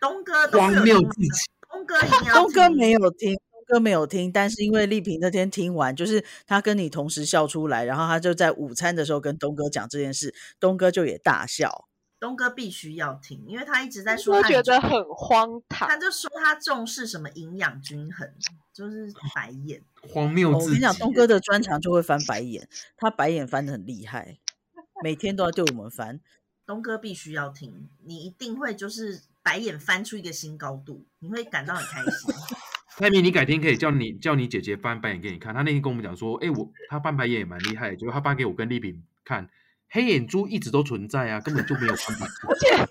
Speaker 2: 东哥都
Speaker 3: 荒
Speaker 2: 没
Speaker 3: 谬
Speaker 2: 有听
Speaker 3: 至极。
Speaker 2: 东哥一定要
Speaker 1: 东哥
Speaker 2: 听
Speaker 1: 没有听，东哥没有听，但是因为丽萍那天听完，就是她跟你同时笑出来，然后她就在午餐的时候跟东哥讲这件事，东哥就也大笑。
Speaker 2: 东哥必须要听，因为他一直 在说
Speaker 6: 我
Speaker 2: 他
Speaker 6: 觉
Speaker 2: 很
Speaker 6: 得
Speaker 2: 重
Speaker 6: 很荒唐
Speaker 2: 他。就说他重视什么营养均衡，就是白眼。
Speaker 3: 荒
Speaker 1: 哦
Speaker 3: 谬
Speaker 1: 我
Speaker 3: 至
Speaker 1: 跟你
Speaker 3: 极。
Speaker 1: 讲，东哥的专长就会翻白眼，他白眼翻的很厉害，每天都要对我们翻。
Speaker 2: 东哥必须要听，你一定会就是白眼翻出一个新高度，你会感到很开 心。
Speaker 3: 泰米，你改天可以叫你叫你姐姐翻白眼给你看。她那天跟我们讲说，哎、我她翻白眼也蛮厉害的，结果她翻给我跟丽萍看，黑眼珠一直都存在啊，根本就没有翻白眼。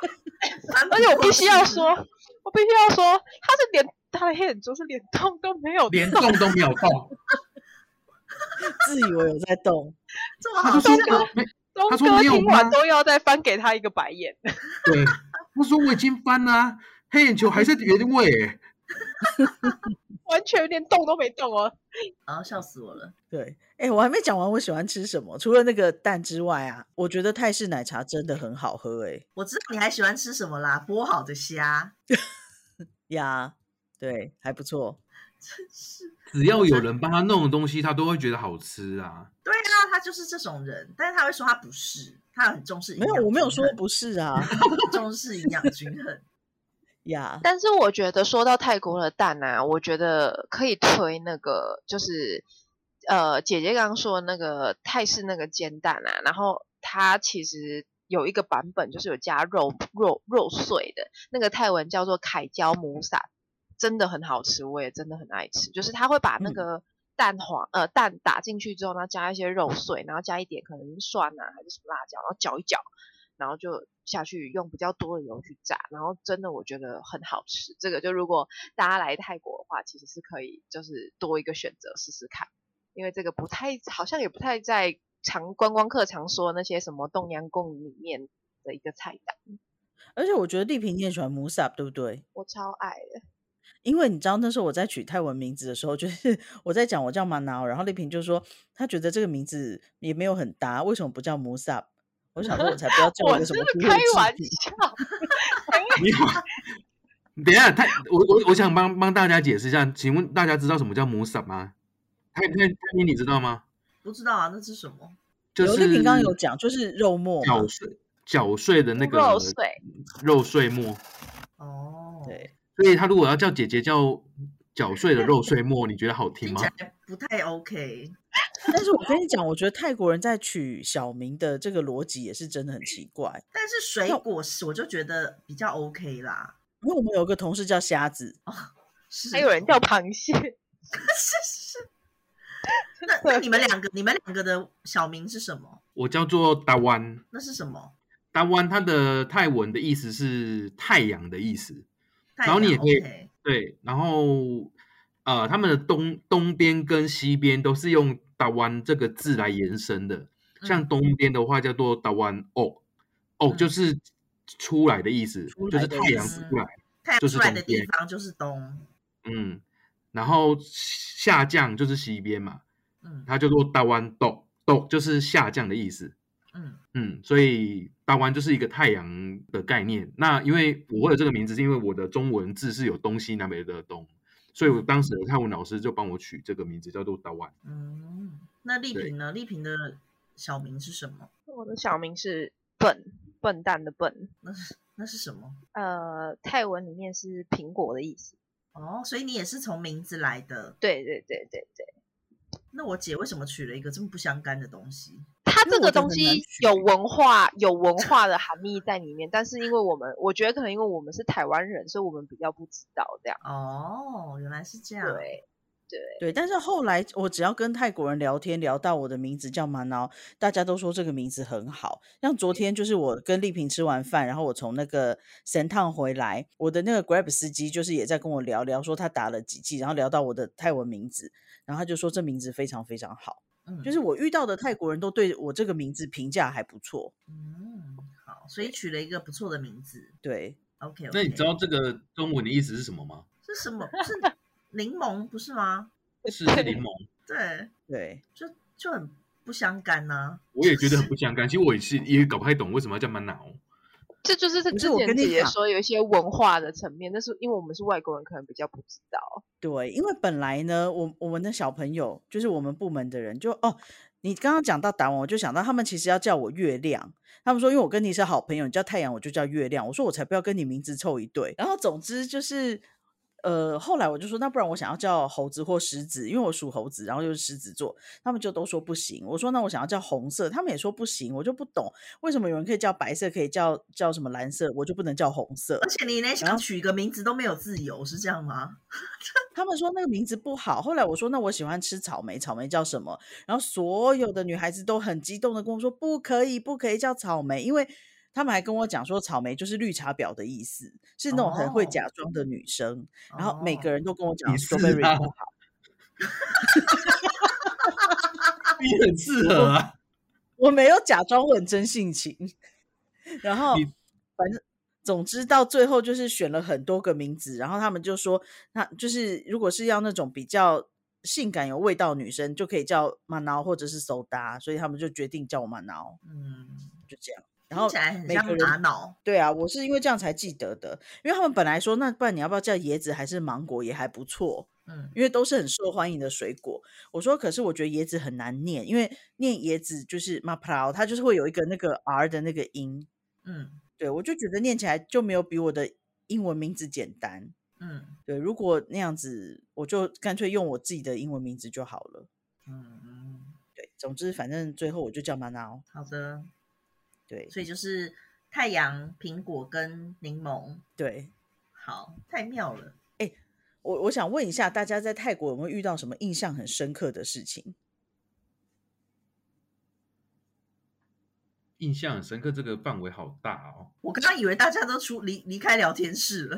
Speaker 2: 翻 不
Speaker 6: 而且我
Speaker 2: 过
Speaker 6: 必须要
Speaker 2: 去
Speaker 6: 说，我必须要说，他是连他的黑眼珠是连动都没有
Speaker 3: 连动都没有动，
Speaker 1: 自以为有在动。
Speaker 2: 这么
Speaker 3: 她就
Speaker 2: 好
Speaker 3: 说
Speaker 2: 笑，
Speaker 3: 我没
Speaker 6: 东哥
Speaker 3: 他说没有
Speaker 6: 听
Speaker 3: 吗
Speaker 6: 完都要再翻给他一个白眼。
Speaker 3: 对，她说我已经翻啦、黑眼球还是原位、 欸，
Speaker 6: 完全连动都没动哦。
Speaker 2: 然后笑死我了。
Speaker 1: 对，哎、我还没讲完，我喜欢吃什么？除了那个蛋之外啊，我觉得泰式奶茶真的很好喝、欸，
Speaker 2: 我知道你还喜欢吃什么啦，剥好的虾，
Speaker 1: 呀，对，还不错。
Speaker 2: 真是。
Speaker 3: 只要有人帮她弄的东西，她都会觉得好吃啊。
Speaker 2: 对啊，他就是这种人，但是他会说他不是，他很重视营
Speaker 1: 没
Speaker 2: 养均衡。
Speaker 1: 有，我没有说不是啊，
Speaker 2: 重视营养均衡。
Speaker 1: 呀，
Speaker 4: 但是我觉得说到泰国的蛋啊，我觉得可以推那个，就是呃，姐姐刚刚说的那个泰式那个煎蛋啊，然后它其实有一个版本就是有加肉肉肉碎的，那个泰文叫做凯椒母萨，真的很好吃，我也真的很爱吃，就是它会把那
Speaker 1: 嗯
Speaker 4: 个。蛋黄呃蛋打进去之后，然后加一些肉碎，然后加一点可能蒜啊还是什么辣椒，然后搅一搅，然后就下去用比较多的油去炸，然后真的我觉得很好吃。这个就如果大家来泰国的话，其实是可以就是多一个选择试试看，因为这个不太好像也不太在常观光客常说那些什么洞阳贡里面的一个菜单，
Speaker 1: 而且我觉得丽萍你也喜欢 musap，对不对？
Speaker 4: 我超爱的。
Speaker 1: 因为你知道那时候我在取泰文名字的时候，就是 我在讲我叫 Manao，然后丽萍就说她觉得这个名字也没有很搭，为什么不叫 musap？我想说，我才不要叫一
Speaker 6: 我
Speaker 1: 个
Speaker 6: 是
Speaker 1: 什么
Speaker 6: 开玩
Speaker 1: 玩笑。
Speaker 6: 笑，
Speaker 3: 你好，等一下，泰，我我我想帮帮大家解释一下，请问大家知道什么叫母伞吗？泰泰泰尼，你知道吗？
Speaker 2: 不知道啊，那是什么？
Speaker 3: 就
Speaker 1: 有
Speaker 3: 是
Speaker 1: 丽萍刚刚有啊讲，就是肉末嘛
Speaker 3: 绞，碎绞碎的那个
Speaker 4: 肉碎
Speaker 3: 肉碎末，
Speaker 2: 哦，
Speaker 1: 对，
Speaker 3: 所以他如果要叫姐姐叫绞碎的肉碎末，你觉得好听
Speaker 2: 听
Speaker 3: 吗
Speaker 2: 起？来不太 OK。
Speaker 1: 但是我跟你讲，我觉得泰国人在取小名的这个逻辑也是真的很奇怪。
Speaker 2: 但是水果是我就觉得比较 OK 啦。
Speaker 1: 因为我们有个同事叫瞎子，
Speaker 2: 是
Speaker 6: 还有 人叫螃蟹，
Speaker 2: 那 那你们两个，你们两个的小名是什么？
Speaker 3: 我叫做大湾，
Speaker 2: 那是什么？
Speaker 3: 大湾它的泰文的意思是太阳的意思，
Speaker 2: 太
Speaker 3: 然后你
Speaker 2: 阳
Speaker 3: 也可以
Speaker 2: OK
Speaker 3: 对，然后呃，他们的东东边跟西边都是用“打湾”这个字来延伸的。像
Speaker 2: 嗯
Speaker 3: 东边的话叫做“打湾哦”，哦就
Speaker 2: 嗯
Speaker 3: 是出来的意思，
Speaker 1: 出
Speaker 3: 就
Speaker 1: 来
Speaker 3: 是
Speaker 1: 的
Speaker 3: 太
Speaker 2: 意
Speaker 3: 阳
Speaker 2: 思
Speaker 3: 出来，
Speaker 2: 太阳
Speaker 3: 就是
Speaker 2: 出来
Speaker 3: 东
Speaker 2: 的地
Speaker 3: 边
Speaker 2: 方就是东，
Speaker 3: 嗯，然后下降就是西边嘛，
Speaker 2: 嗯
Speaker 3: 它叫做“大湾斗斗”，就是下降的意思。
Speaker 2: 嗯
Speaker 3: 嗯，所以大湾就是一个太阳的概念。那因为我会有这个名字，是因为我的中文字是有东西南北的东，所以我当时的泰文老师就帮我取这个名字，叫做大湾。
Speaker 2: 嗯。那丽
Speaker 3: 对
Speaker 2: 萍呢？丽萍的小名是什么？
Speaker 6: 我的小名是笨笨蛋的笨，
Speaker 2: 那是那是什么？
Speaker 6: 呃，泰文里面是苹果的意思。
Speaker 2: 哦，所以你也是从名字来的。
Speaker 6: 对对对对对，
Speaker 2: 那我姐为什么取了一个这么不相干的东西？
Speaker 6: 它
Speaker 1: 因
Speaker 6: 这
Speaker 1: 为我
Speaker 6: 个
Speaker 1: 觉得
Speaker 6: 东
Speaker 1: 很难
Speaker 6: 西
Speaker 1: 取
Speaker 6: 有文化有文化的含义在里面，但是因为我们我觉得可能因为我们是台湾人，所以我们比较不知道这样。
Speaker 2: 哦，原来是这样。
Speaker 6: 对对，
Speaker 1: 对，但是后来我只要跟泰国人聊天，聊到我的名字叫 Manao，大家都说这个名字很好。像昨天就是我跟丽萍吃完饭，然后我从那个神烫回来，我的那个 Grab 司机就是也在跟我聊聊，说他打了几季，然后聊到我的泰文名字，然后他就说这名字非常非常好，
Speaker 2: 嗯，
Speaker 1: 就是我遇到的泰国人都对我这个名字评价还不错。
Speaker 2: 嗯，好，所以取了一个不错的名字。
Speaker 1: 对，
Speaker 2: OK，, o k
Speaker 3: 那你知道这个中文的意思是什么吗？
Speaker 2: 是什么？是柠檬不是吗？
Speaker 3: 是是柠檬，
Speaker 2: 对，
Speaker 1: 对，
Speaker 2: 就就很不相干啊呐、
Speaker 3: 我也觉得很不相干。其实我也是也搞不太懂为什么要叫 Manao。
Speaker 6: 这就是是
Speaker 1: 不
Speaker 6: 之
Speaker 1: 是我
Speaker 6: 前
Speaker 1: 跟你
Speaker 6: 姐姐
Speaker 1: 讲
Speaker 6: 说有一些文化的层面，但是因为我们是外国人，可能比较不知道。
Speaker 1: 对，因为本来呢，我我们的小朋友就是我们部门的人，就哦，你刚刚讲到打完，我就想到他们其实要叫我月亮，他们说因为我跟你是好朋友，你叫太阳，我就叫月亮。我说我才不要跟你名字凑一对。然后总之就是，呃，后来我就说那不然我想要叫猴子或狮子，因为我属猴子，然后又是狮子座，他们就都说不行。我说那我想要叫红色，他们也说不行，我就不懂为什么有人可以叫白色，可以叫叫什么蓝色，我就不能叫红色。
Speaker 2: 而且你连
Speaker 1: 然
Speaker 2: 想
Speaker 1: 后
Speaker 2: 取一个名字都没有自由，是这样吗？
Speaker 1: 他们说那个名字不好，后来我说那我喜欢吃草莓，草莓叫什么？然后所有的女孩子都很激动的跟我说不可以，不可以叫草莓，因为他们还跟我讲说草莓就是绿茶婊的意思，是那种很会
Speaker 2: 哦
Speaker 1: 假装的女生。然后每个
Speaker 2: 哦
Speaker 1: 人都跟我讲
Speaker 3: 你是
Speaker 1: strawberry
Speaker 3: 啊
Speaker 1: 不好，
Speaker 3: 你很适合啊，
Speaker 1: 我没有假装我很真性情。 然后
Speaker 3: 你
Speaker 1: 反正总之到最后就是选了很多个名字，然后他们就说，那就是如果是要那种比较性感有味道的女生，就可以叫 Manao 或者是 Soda，所以他们就决定叫我 Manao，
Speaker 2: 嗯，
Speaker 1: 就这样。然
Speaker 2: 听
Speaker 1: 后
Speaker 2: 起来很
Speaker 1: 每
Speaker 2: 像
Speaker 1: 个
Speaker 2: 玛
Speaker 1: 人
Speaker 2: 瑙。
Speaker 1: 对啊，我是因为这样才记得的，因为他们本来说，那不然你要不要叫椰子还是芒果也还不错，
Speaker 2: 嗯，
Speaker 1: 因为都是很受欢迎的水果。我说，可是我觉得椰子很难念，因为念椰子就是 m a p r a o 它就是会有一个那个 r 的那个音。
Speaker 2: 嗯
Speaker 1: 对我就觉得念起来就没有比我的英文名字简单。
Speaker 2: 嗯
Speaker 1: 对，如果那样子，我就干脆用我自己的英文名字就好了。
Speaker 2: 嗯嗯，
Speaker 1: 对，总之反正最后我就叫 Manao。
Speaker 2: 好的。
Speaker 1: 对
Speaker 2: 所以就是太阳、苹果跟柠檬，
Speaker 1: 对，
Speaker 2: 好，太妙了。
Speaker 1: 我我想问一下，大家在泰国有没有遇到什么印象很深刻的事情？
Speaker 3: 印象很深刻，这个范围好大哦。
Speaker 2: 我刚刚以为大家都出离离开聊天室了，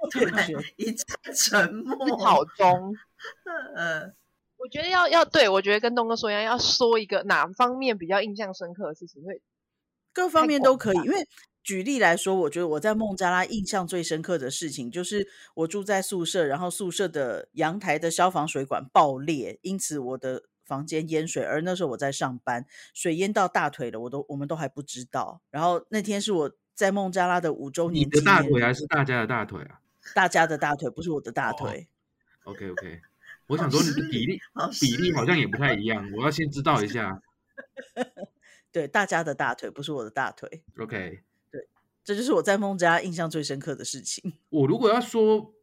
Speaker 3: 哦
Speaker 2: 突
Speaker 1: 也
Speaker 2: 然
Speaker 1: 觉得
Speaker 2: 一阵沉默。
Speaker 6: 好中，
Speaker 2: 呃，
Speaker 6: 我觉得要要对我觉得跟东哥说一样，要说一个哪方面比较印象深刻的事情，因为
Speaker 1: 各方
Speaker 6: 太
Speaker 1: 面都
Speaker 6: 广
Speaker 1: 可以。因为举例来说，我觉得我在孟加拉印象最深刻的事情，就是我住在宿舍，然后宿舍的阳台的消防水管爆裂，因此我的房间淹水。而那时候我在上班，水淹到大腿了，我都我们都还不知道。然后那天是我在孟加拉的五周
Speaker 3: 哦你
Speaker 1: 年
Speaker 3: 的
Speaker 1: 纪
Speaker 3: 大
Speaker 1: 念
Speaker 3: 腿
Speaker 1: 日，
Speaker 3: 还是哦大家的大腿啊
Speaker 1: 大家的大腿不是我的大腿。
Speaker 3: ？OK OK，我想
Speaker 2: 好
Speaker 3: 说你
Speaker 2: 失
Speaker 3: 的比
Speaker 2: 礼
Speaker 3: 例
Speaker 2: 好
Speaker 3: 比例
Speaker 2: 失
Speaker 3: 好像也不太一样，我要先知道一下。
Speaker 1: 对，大家的大腿不是我的大腿，
Speaker 3: OK，
Speaker 1: 这就是我在孟加拉印象最深刻的事情。
Speaker 3: 我如果要说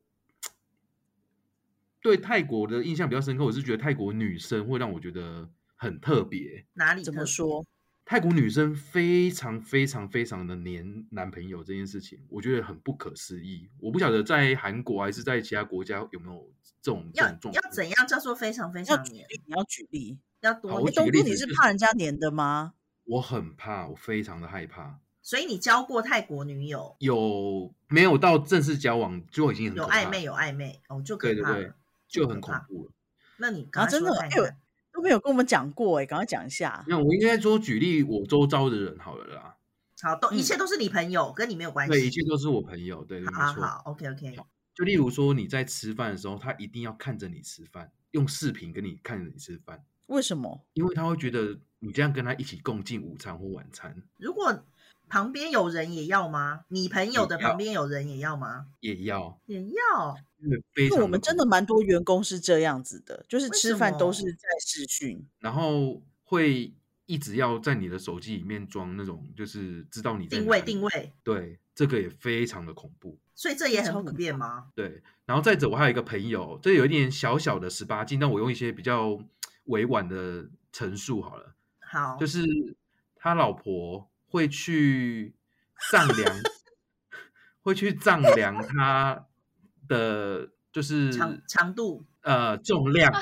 Speaker 3: 对泰国的印象比较深刻，我是觉得泰国女生会让我觉得很特别。
Speaker 2: 哪里
Speaker 1: 怎
Speaker 2: 特
Speaker 1: 么
Speaker 2: 别？
Speaker 1: 说？
Speaker 3: 泰国女生非常非常非常的黏男朋友这件事情，我觉得很不可思议。我不晓得在韩国还是在其他国家有没有这种这
Speaker 2: 要
Speaker 3: 种状
Speaker 2: 要
Speaker 3: 况。
Speaker 2: 怎样叫做非常非
Speaker 1: 要
Speaker 2: 常
Speaker 1: 举
Speaker 2: 黏？
Speaker 1: 例，你要举例。
Speaker 2: 要
Speaker 3: 好
Speaker 2: 多
Speaker 3: 我
Speaker 1: 诶
Speaker 3: 举
Speaker 1: 东
Speaker 2: 黏
Speaker 3: 个
Speaker 1: 哥，
Speaker 3: 例子
Speaker 1: 你是
Speaker 3: 就是
Speaker 1: 怕人家黏的吗？
Speaker 3: 我很怕，我非常的害怕。
Speaker 2: 所以你交过泰国女友，
Speaker 3: 有没有到正式交往就已经很
Speaker 2: 有
Speaker 3: 可怕
Speaker 2: 暧昧有暧昧，哦，就可
Speaker 3: 对对
Speaker 2: 怕
Speaker 3: 对
Speaker 2: 了，，
Speaker 3: 就
Speaker 2: 可
Speaker 3: 很恐
Speaker 2: 怕
Speaker 3: 怖了。
Speaker 2: 那你
Speaker 1: 啊，
Speaker 2: 刚
Speaker 1: 真的，哎、
Speaker 2: 看看
Speaker 1: 都没有跟我们讲过、哎，赶快讲一下。
Speaker 3: 那我应该说举例我周遭的人好了啦，
Speaker 2: 好，都一
Speaker 1: 嗯
Speaker 2: 切都是你朋友，跟你没有关
Speaker 3: 对，一
Speaker 2: 系。
Speaker 3: 切都是我朋友，对对，
Speaker 2: 好
Speaker 3: 没
Speaker 2: 好
Speaker 3: 错。
Speaker 2: 好，OK OK，
Speaker 3: 就例如说你在吃饭的时候，他一定要看着你吃饭，用视频跟你看着你吃饭，
Speaker 1: 为什么？
Speaker 3: 因为他会觉得你这样跟他一起共进午餐或晚餐
Speaker 2: 如果旁边有人也要吗？你朋友的
Speaker 3: 也要
Speaker 2: 旁边有人也要吗？
Speaker 3: 也要，
Speaker 2: 也要，
Speaker 3: 因为非
Speaker 1: 嗯因
Speaker 3: 常
Speaker 1: 为我们真的
Speaker 3: 恐
Speaker 1: 蛮多员工是这样子的，就是
Speaker 2: 为
Speaker 1: 吃
Speaker 2: 什
Speaker 1: 饭都
Speaker 2: 么
Speaker 1: 是在视讯。
Speaker 3: 怖，然后会一直要在你的手机里面装那种就是知道你在
Speaker 2: 定
Speaker 3: 哪
Speaker 2: 位
Speaker 3: 里
Speaker 2: 定，位，
Speaker 3: 对，这个也非常的恐怖。
Speaker 2: 所以这也
Speaker 1: 超
Speaker 2: 很普
Speaker 1: 可
Speaker 2: 遍吗？
Speaker 3: 对，然后再者，我还有一个朋友，这有一点小小的十八禁，但我用一些比较委婉的陈述好了，
Speaker 2: 好，
Speaker 3: 就是他老婆会去丈量， 会去丈量他的就是
Speaker 2: 长长度、
Speaker 3: 呃重量，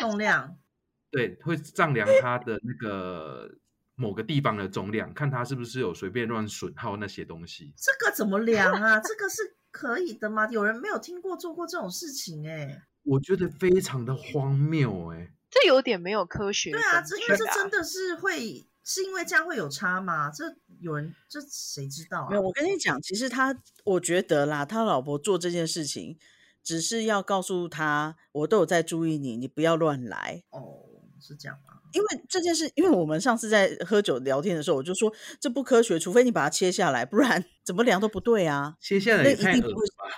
Speaker 2: 重量，
Speaker 3: 对，会丈量他的那个某个地方的重量，看他是不是有随便乱损耗那些东西。
Speaker 2: 这个怎么量啊？这个是可以的吗？有人没有听过做过这种事情哎、
Speaker 3: 我觉得非常的荒谬哎、
Speaker 6: 这有点没有科学
Speaker 2: 对
Speaker 6: 根据、
Speaker 2: 啊，这因为这真
Speaker 6: 的，
Speaker 2: 的是会，是因为这样会有差吗？这有人这谁知道啊
Speaker 1: 没有，？我跟你讲，其实他，我觉得啦，他老婆做这件事情，只是要告诉他，我都有在注意你，你不要乱来。
Speaker 2: 哦，是这样吗？
Speaker 1: 因为这件事，因为我们上次在喝酒聊天的时候，我就说这不科学，除非你把它切下来，不然 怎么量都不对啊。
Speaker 3: 接下来
Speaker 1: 那
Speaker 3: 也
Speaker 1: 一
Speaker 3: 太
Speaker 1: 定
Speaker 3: 恶
Speaker 1: 不
Speaker 3: 了
Speaker 1: 会
Speaker 3: 吧？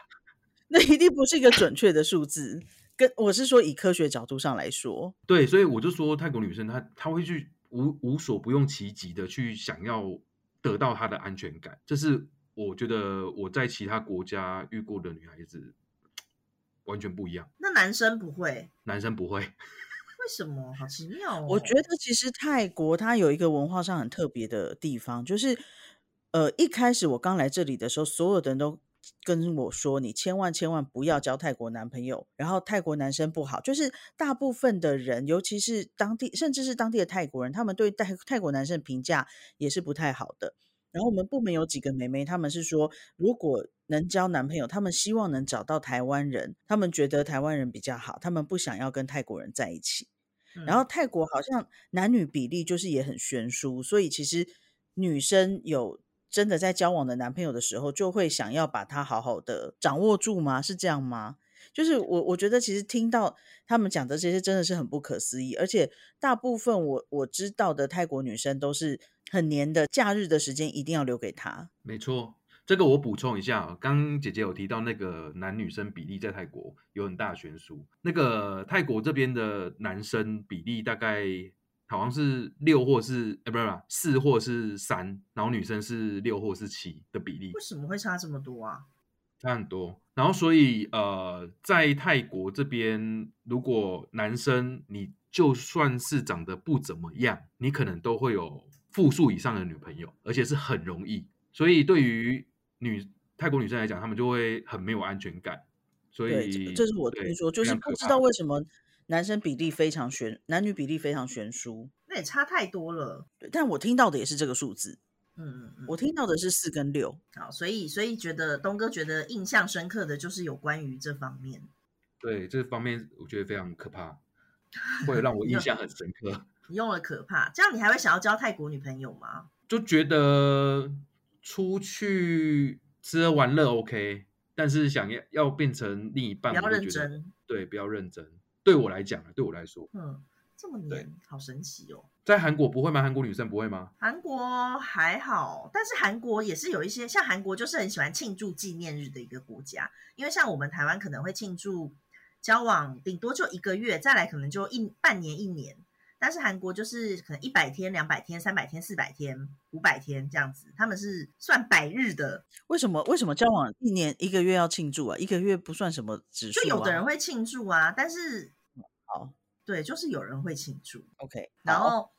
Speaker 1: 那一定不是一个准确的数字。跟我是说，以科学角度上来说，
Speaker 3: 对，所以我就说泰国女生她她会去无无所不用其极的去想要得到她的安全感，这是我觉得我在其他国家遇过的女孩子完全不一样，
Speaker 2: 那男生不会，
Speaker 3: 男生不会。
Speaker 2: 为什么？好奇妙哦！
Speaker 1: 我觉得其实泰国它有一个文化上很特别的地方，就是呃，一开始我刚来这里的时候，所有的人都跟我说，你千万千万不要交泰国男朋友，然后泰国男生不好，就是大部分的人，尤其是当地，甚至是当地的泰国人，他们对泰泰国男生的评价也是不太好的。然后我们部门有几个妹妹，她们是说，如果能交男朋友，她们希望能找到台湾人，她们觉得台湾人比较好，她们不想要跟泰国人在一起。
Speaker 2: 嗯，
Speaker 1: 然后泰国好像男女比例就是也很悬殊，所以其实女生有真的在交往的男朋友的时候，就会想要把他好好的掌握住吗？是这样吗？就是我我觉得其实听到他们讲的这些真的是很不可思议，而且大部分我我知道的泰国女生都是很黏的，假日的时间一定要留给他。
Speaker 3: 没错，这个我补充一下啊，刚刚姐姐有提到那个男女生比例在泰国有很大的悬殊，那个泰国这边的男生比例大概好像是六或是呃不是不是四或是三，然后女生是六或是七的比例
Speaker 2: 为，什么会差这么多啊？
Speaker 3: 差很多。然后所以呃，在泰国这边，如果男生你就算是长得不怎么样，你可能都会有复数以上的女朋友，而且是很容易。所以对于女泰国女生来讲，她们就会很没有安全感。所
Speaker 1: 对，
Speaker 3: 以
Speaker 1: 这这是我
Speaker 3: 对
Speaker 1: 听说，就
Speaker 3: 非
Speaker 1: 是
Speaker 3: 常可
Speaker 1: 不知
Speaker 3: 怕
Speaker 1: 道为什么男生比例非常悬，男女比例非常悬殊。
Speaker 2: 那也差太多了。
Speaker 1: 对但我听到的也是这个数字，
Speaker 2: 嗯嗯嗯，
Speaker 1: 我听到的是四跟六。
Speaker 2: 好，所以所以觉得东哥觉得印象深刻的就是有关于这方面，
Speaker 3: 对这方面，我觉得非常可怕，会让我印象很深刻。
Speaker 2: 你用了可怕，这样你还会想要交泰国女朋友吗？
Speaker 3: 就觉得出去吃喝玩乐 OK，但是想要要变成另一半，
Speaker 2: 不要
Speaker 3: 我就
Speaker 2: 认
Speaker 3: 觉得
Speaker 2: 真，
Speaker 3: 对，不要认真。对我来讲啊，对我来说，
Speaker 2: 嗯，这么
Speaker 3: 对
Speaker 2: 黏，好神奇哦。
Speaker 3: 在韩国不会吗？韩国女生不会吗？
Speaker 2: 韩国还好，但是韩国也是有一些，像韩国就是很喜欢庆祝纪念日的一个国家，因为像我们台湾可能会庆祝交往顶多就一个月，再来可能就一半年一年，但是韩国就是可能一百天、两百天、三百天、四百天、五百天这样子，他们是算百日的，
Speaker 1: 为什么为什么交往一年一个月要庆祝啊？一个月不算什么指数、
Speaker 2: 就
Speaker 1: 啊，
Speaker 2: 有的人会庆祝啊，但是
Speaker 1: 好
Speaker 2: 对，就是有人会庆祝，
Speaker 1: OK，
Speaker 2: 然
Speaker 1: 好
Speaker 2: 后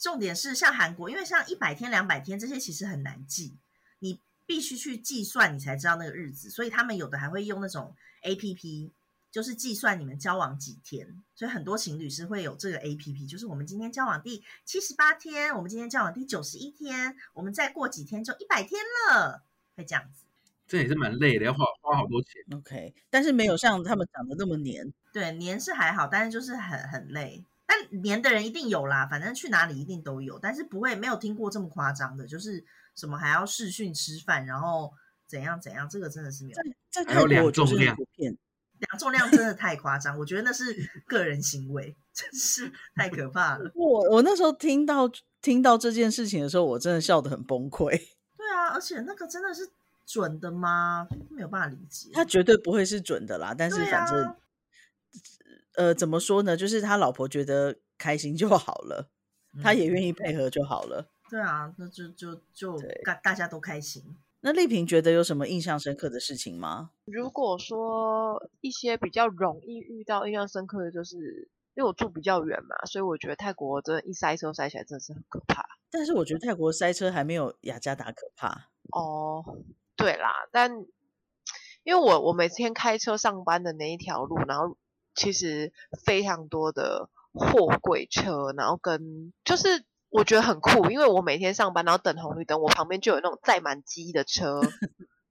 Speaker 2: 重点是像韩国，因为像一百天、两百天这些其实很难记，你必须去计算，你才知道那个日子。所以他们有的还会用那种 A P P，就是计算你们交往几天。所以很多情侣是会有这个 A P P，就是我们今天交往第七十八天，我们今天交往第九十一天，我们再过几天就一百天了，会这样子。
Speaker 3: 这也是蛮累的，要花花好多钱。
Speaker 1: OK，但是没有像他们讲的那么黏。
Speaker 2: 对，年是还好，但是就是很很累。但年的人一定有啦，反正去哪里一定都有，但是不会没有听过这么夸张的，就是什么还要视讯吃饭，然后怎样怎样，这个真的是没有。
Speaker 1: 在
Speaker 3: 还
Speaker 1: 泰
Speaker 3: 有两
Speaker 1: 国我就
Speaker 3: 重
Speaker 1: 是
Speaker 3: 量
Speaker 1: 普遍，
Speaker 2: 量重量真的太夸张，我觉得那是个人行为，真是太可怕了。
Speaker 1: 我我那时候听到听到这件事情的时候，我真的笑得很崩溃。
Speaker 2: 对啊，而且那个真的是准的吗？没有办法理解。
Speaker 1: 他绝对不会是准的啦，但是
Speaker 2: 对
Speaker 1: 反正、
Speaker 2: 啊
Speaker 1: 呃怎么说呢，就是他老婆觉得开心就好了，
Speaker 2: 嗯
Speaker 1: 他也愿意配合就好了。
Speaker 2: 对啊，那就就就
Speaker 1: 对
Speaker 2: 大大家都开心。
Speaker 1: 那丽萍觉得有什么印象深刻的事情吗？
Speaker 4: 如果说一些比较容易遇到印象深刻的，就是因为我住比较远嘛，所以我觉得泰国真的，一塞车塞起来真的是很可怕。
Speaker 1: 但是我觉得泰国塞车还没有雅加达可怕。
Speaker 4: 哦，对啦，但因为我我每天开车上班的那一条路，然后其实非常多的货柜车，然后跟就是我觉得很酷，因为我每天上班，然后等红绿灯，我旁边就有那种载满鸡的车，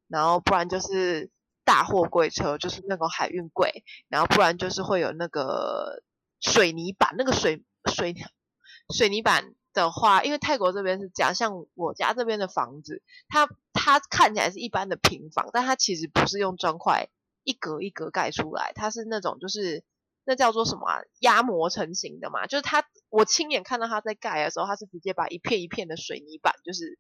Speaker 4: 然后不然就是大货柜车，就是那种海运柜，然后不然就是会有那个水泥板，那个水水 水泥板的话，因为泰国这边是这样，像我家这边的房子。它它看起来是一般的平房，但它其实不是用砖块一格一格盖出来，它是那种就是那叫做什么啊，压模成型的嘛。就是它，我亲眼看到它在盖的时候，它是直接把一片一片的水泥板就是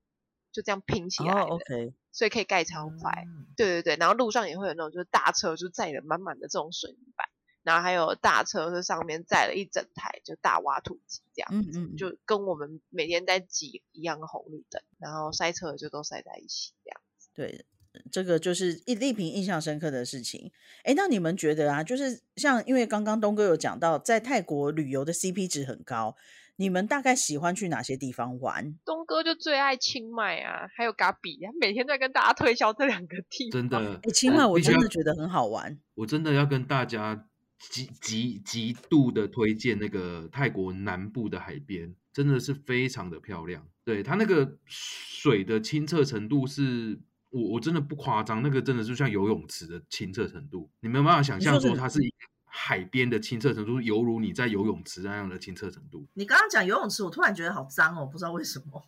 Speaker 4: 就这样拼起来的，
Speaker 1: 哦，OK，
Speaker 4: 所以可以盖超快。
Speaker 2: 嗯
Speaker 4: 对对对，然后路上也会有那种就是大车就载了满满的这种水泥板，然后还有大车这上面载了一整台就大挖土机这样，
Speaker 1: 嗯嗯，嗯
Speaker 4: 就跟我们每天在挤一样的红绿灯，然后塞车就都塞在一起这样。
Speaker 1: 对，这个就是一丽萍印象深刻的事情。哎，那你们觉得啊，就是像因为刚刚东哥有讲到，在泰国旅游的 CP 值很高，你们大概喜欢去哪些地方玩？
Speaker 6: 东哥就最爱清迈啊，还有嘎比，他每天都在跟大家推销这两个地方。
Speaker 3: 真的
Speaker 1: 哎，，清迈我
Speaker 3: 必须
Speaker 1: 真
Speaker 3: 要
Speaker 1: 的觉得很好玩。
Speaker 3: 我真的要跟大家极极极度的推荐那个泰国南部的海边，真的是非常的漂亮。对它那个水的清澈程度是，我我真的不夸张，那个真的就像游泳池的清澈程度，你没有办法想
Speaker 1: 你说
Speaker 3: 象
Speaker 1: 是
Speaker 3: 说它是一个海边的清澈程度，犹如你在游泳池那样的清澈程度。
Speaker 2: 你刚刚讲游泳池，我突然觉得好脏哦，不知道为什么。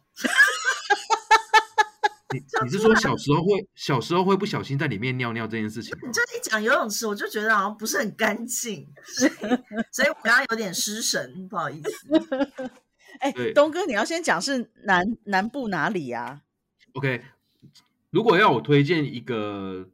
Speaker 3: 你
Speaker 2: 这
Speaker 3: 你是
Speaker 2: 突
Speaker 3: 说
Speaker 2: 然
Speaker 3: 小时候会小时候会不小心在里面尿尿这件事情吗
Speaker 2: 你？就一讲游泳池，我就觉得好像不是很干净，所以 所以我刚刚有点失神，不好意思。
Speaker 1: 哎，
Speaker 3: 对
Speaker 1: 东哥，你要先讲是南南部哪里啊呀、
Speaker 3: OK，如果要我推荐一个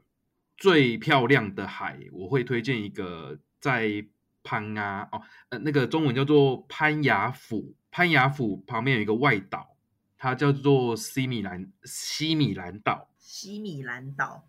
Speaker 3: 最漂亮的海，我会推荐一个在潘啊哦，呃，那个中文叫做攀雅府，攀雅府旁边有一个外岛，它叫做西米兰西米兰岛。
Speaker 2: 西米兰岛，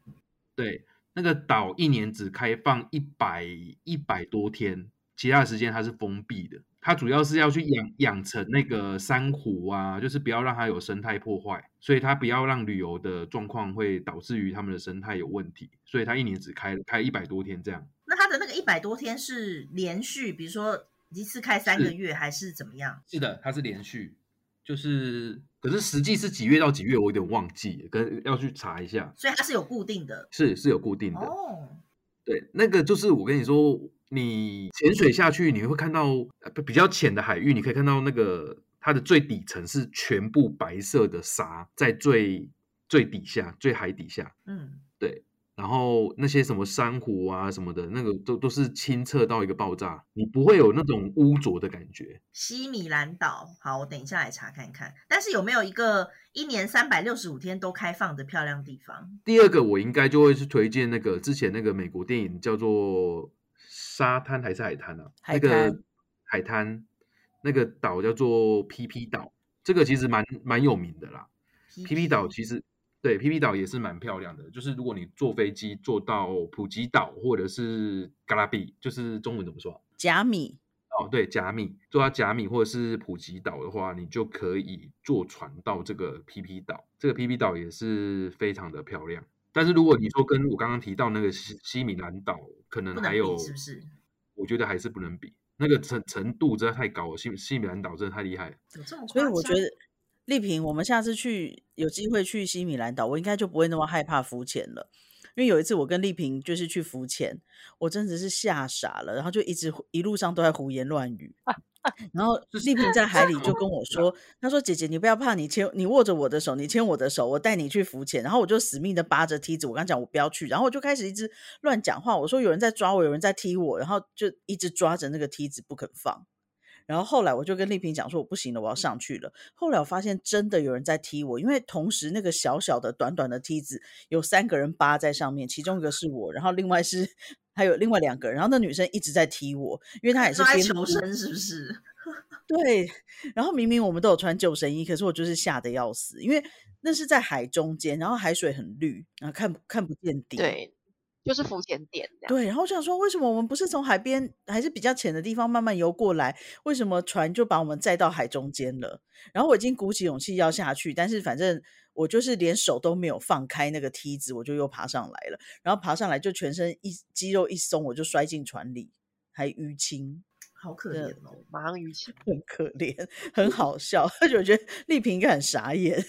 Speaker 3: 对，那个岛一年只开放一百一百多天，其他的时间它是封闭的。它主要是要去养养成那个珊瑚啊，就是不要让它有生态破坏，所以它不要让旅游的状况会导致于它们的生态有问题，所以它一年只开开一百多天这样。
Speaker 2: 那它的那个一百多天是连续，比如说一次开三个
Speaker 3: 是
Speaker 2: 月，还是怎么样？
Speaker 3: 是的，它是连续，就是可是实际是几月到几月，我有点忘记了，跟要去查一下，
Speaker 2: 所以它是有固定的
Speaker 3: 是是有固定的。
Speaker 2: 哦。
Speaker 3: 对，那个就是我跟你说，你潜水下去，你会看到呃比较浅的海域，你可以看到那个它的最底层是全部白色的沙，在最最底下、最海底下，
Speaker 2: 嗯，
Speaker 3: 然后那些什么珊瑚啊什么的，那个都都是清澈到一个爆炸，你不会有那种污浊的感觉。
Speaker 2: 西米兰岛，好，我等一下来查看看。但是有没有一个一年三百六十五天都开放的漂亮地方？
Speaker 3: 第二个我应该就会去推荐那个之前那个美国电影叫做《沙滩还是海滩》啊，
Speaker 1: 海
Speaker 3: 那
Speaker 1: 滩
Speaker 3: 个海滩那个岛叫做 PP 岛，这个其实蛮蛮有名的啦。PP 岛其实对 PP 岛也是蛮漂亮的，就是如果你坐飞机坐到普吉岛或者是嘎拉比，就是中文怎么说啊？
Speaker 1: 甲米
Speaker 3: 哦，哦，对，甲米做到甲米或者是普吉岛的话，你就可以坐船到这个 PP 岛。这个 PP 岛也是非常的漂亮。但是如果你说跟我刚刚提到那个西西米兰岛，可能
Speaker 2: 不能
Speaker 3: 还
Speaker 2: 比
Speaker 3: 有，
Speaker 2: 是不是？
Speaker 3: 我觉得还是不能比，那个程程度真的太高了。西西米兰岛真的太厉害了。
Speaker 2: 有这么夸
Speaker 1: 所
Speaker 2: 张？
Speaker 1: 以我觉得丽萍，我们下次去有机会去西米兰岛，我应该就不会那么害怕浮潜了。因为有一次我跟丽萍就是去浮潜，我真的是吓傻了，然后就一直一路上都在胡言乱 语。然后丽萍在海里就跟我说：“她说姐姐，你不要怕，你牵你握着我的手，你牵我的手，我带你去浮潜。”然后我就死命的扒着梯子，我刚讲我不要去，然后我就开始一直乱讲话，我说有人在抓我，有人在踢我，然后就一直抓着那个梯子不肯放。然后后来我就跟丽萍讲说，我不行了，
Speaker 2: 嗯
Speaker 1: 我要上去了。后来我发现真的有人在踢我，因为同时那个小小的短短的梯子有三个人扒在上面，其中一个是我，然后另外是还有另外两个人，然后那女生一直在踢我，因为她也是
Speaker 2: 都在
Speaker 1: 边
Speaker 2: 求
Speaker 1: 踢
Speaker 2: 生是不是？
Speaker 1: 对，然后明明我们都有穿救生衣，可是我就是吓得要死，因为那是在海中间，然后海水很绿，然后看不看不见底。
Speaker 4: 对，就是浮潜点这样。
Speaker 1: 对，然后我想说，为什么我们不是从海边还是比较浅的地方慢慢游过来？为什么船就把我们载到海中间了？然后我已经鼓起勇气要下去，但是反正我就是连手都没有放开那个梯子，我就又爬上来了。然后爬上来就全身一肌肉一松，我就摔进船里，还淤青。
Speaker 2: 好可
Speaker 1: 对
Speaker 2: 怜哦。
Speaker 4: 马上鱼起，
Speaker 1: 很可怜， 很好笑，而且我觉得丽萍应该很傻眼。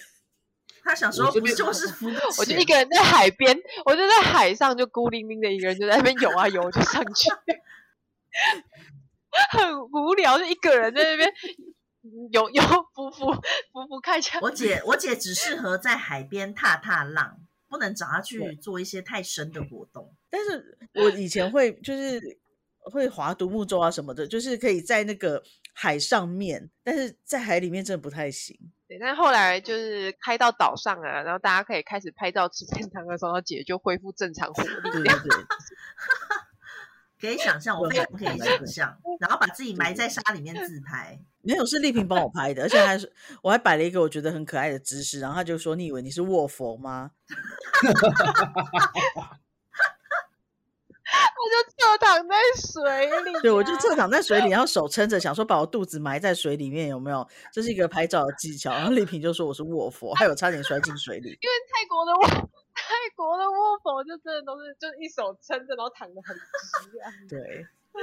Speaker 2: 他小时候
Speaker 3: 我这
Speaker 2: 不
Speaker 3: 边
Speaker 2: 就是 浮个
Speaker 4: 我就
Speaker 2: 潜
Speaker 4: 一个人在海边，我就在海上就孤零零的一个人就在那边游啊游，就 上去，很无聊，就一个人在那边游游浮浮浮浮看一下。
Speaker 2: 我姐，我姐只适合在海边踏踏浪，不能找她去
Speaker 1: 对
Speaker 2: 做一些太深的活动。
Speaker 1: 但 是我
Speaker 4: 嗯
Speaker 1: 以前会就是会划独木舟啊什么的，就是可以在那个海上面，但是在海里面真的不太行。
Speaker 4: 对，但是后来就是开到岛上啊，然后大家可以开始拍照吃便当的时候，然后姐就恢复正常活力。
Speaker 1: 对对对，
Speaker 2: 可以想象，我
Speaker 1: 对
Speaker 2: 非常可以
Speaker 1: 对
Speaker 2: 想
Speaker 1: 对
Speaker 2: 象，然后把自己埋在沙里面自拍。
Speaker 1: 没有是丽萍 帮我拍的，而且还是我还摆了一个我觉得很可爱的姿势，然后他就说：“你以为你是卧佛吗
Speaker 4: 我就侧躺在水里、？”啊
Speaker 1: 对，我就侧。躺在水里，然后手撑着，想说把我肚子埋在水里面，有没有？这是一个拍照的技巧。然后丽萍就说我是卧佛，还有差点摔进水里。
Speaker 4: 因为泰国的卧，泰国的卧佛就真的都是就一手撑着，然后躺得很直啊。
Speaker 1: 对，
Speaker 2: 哎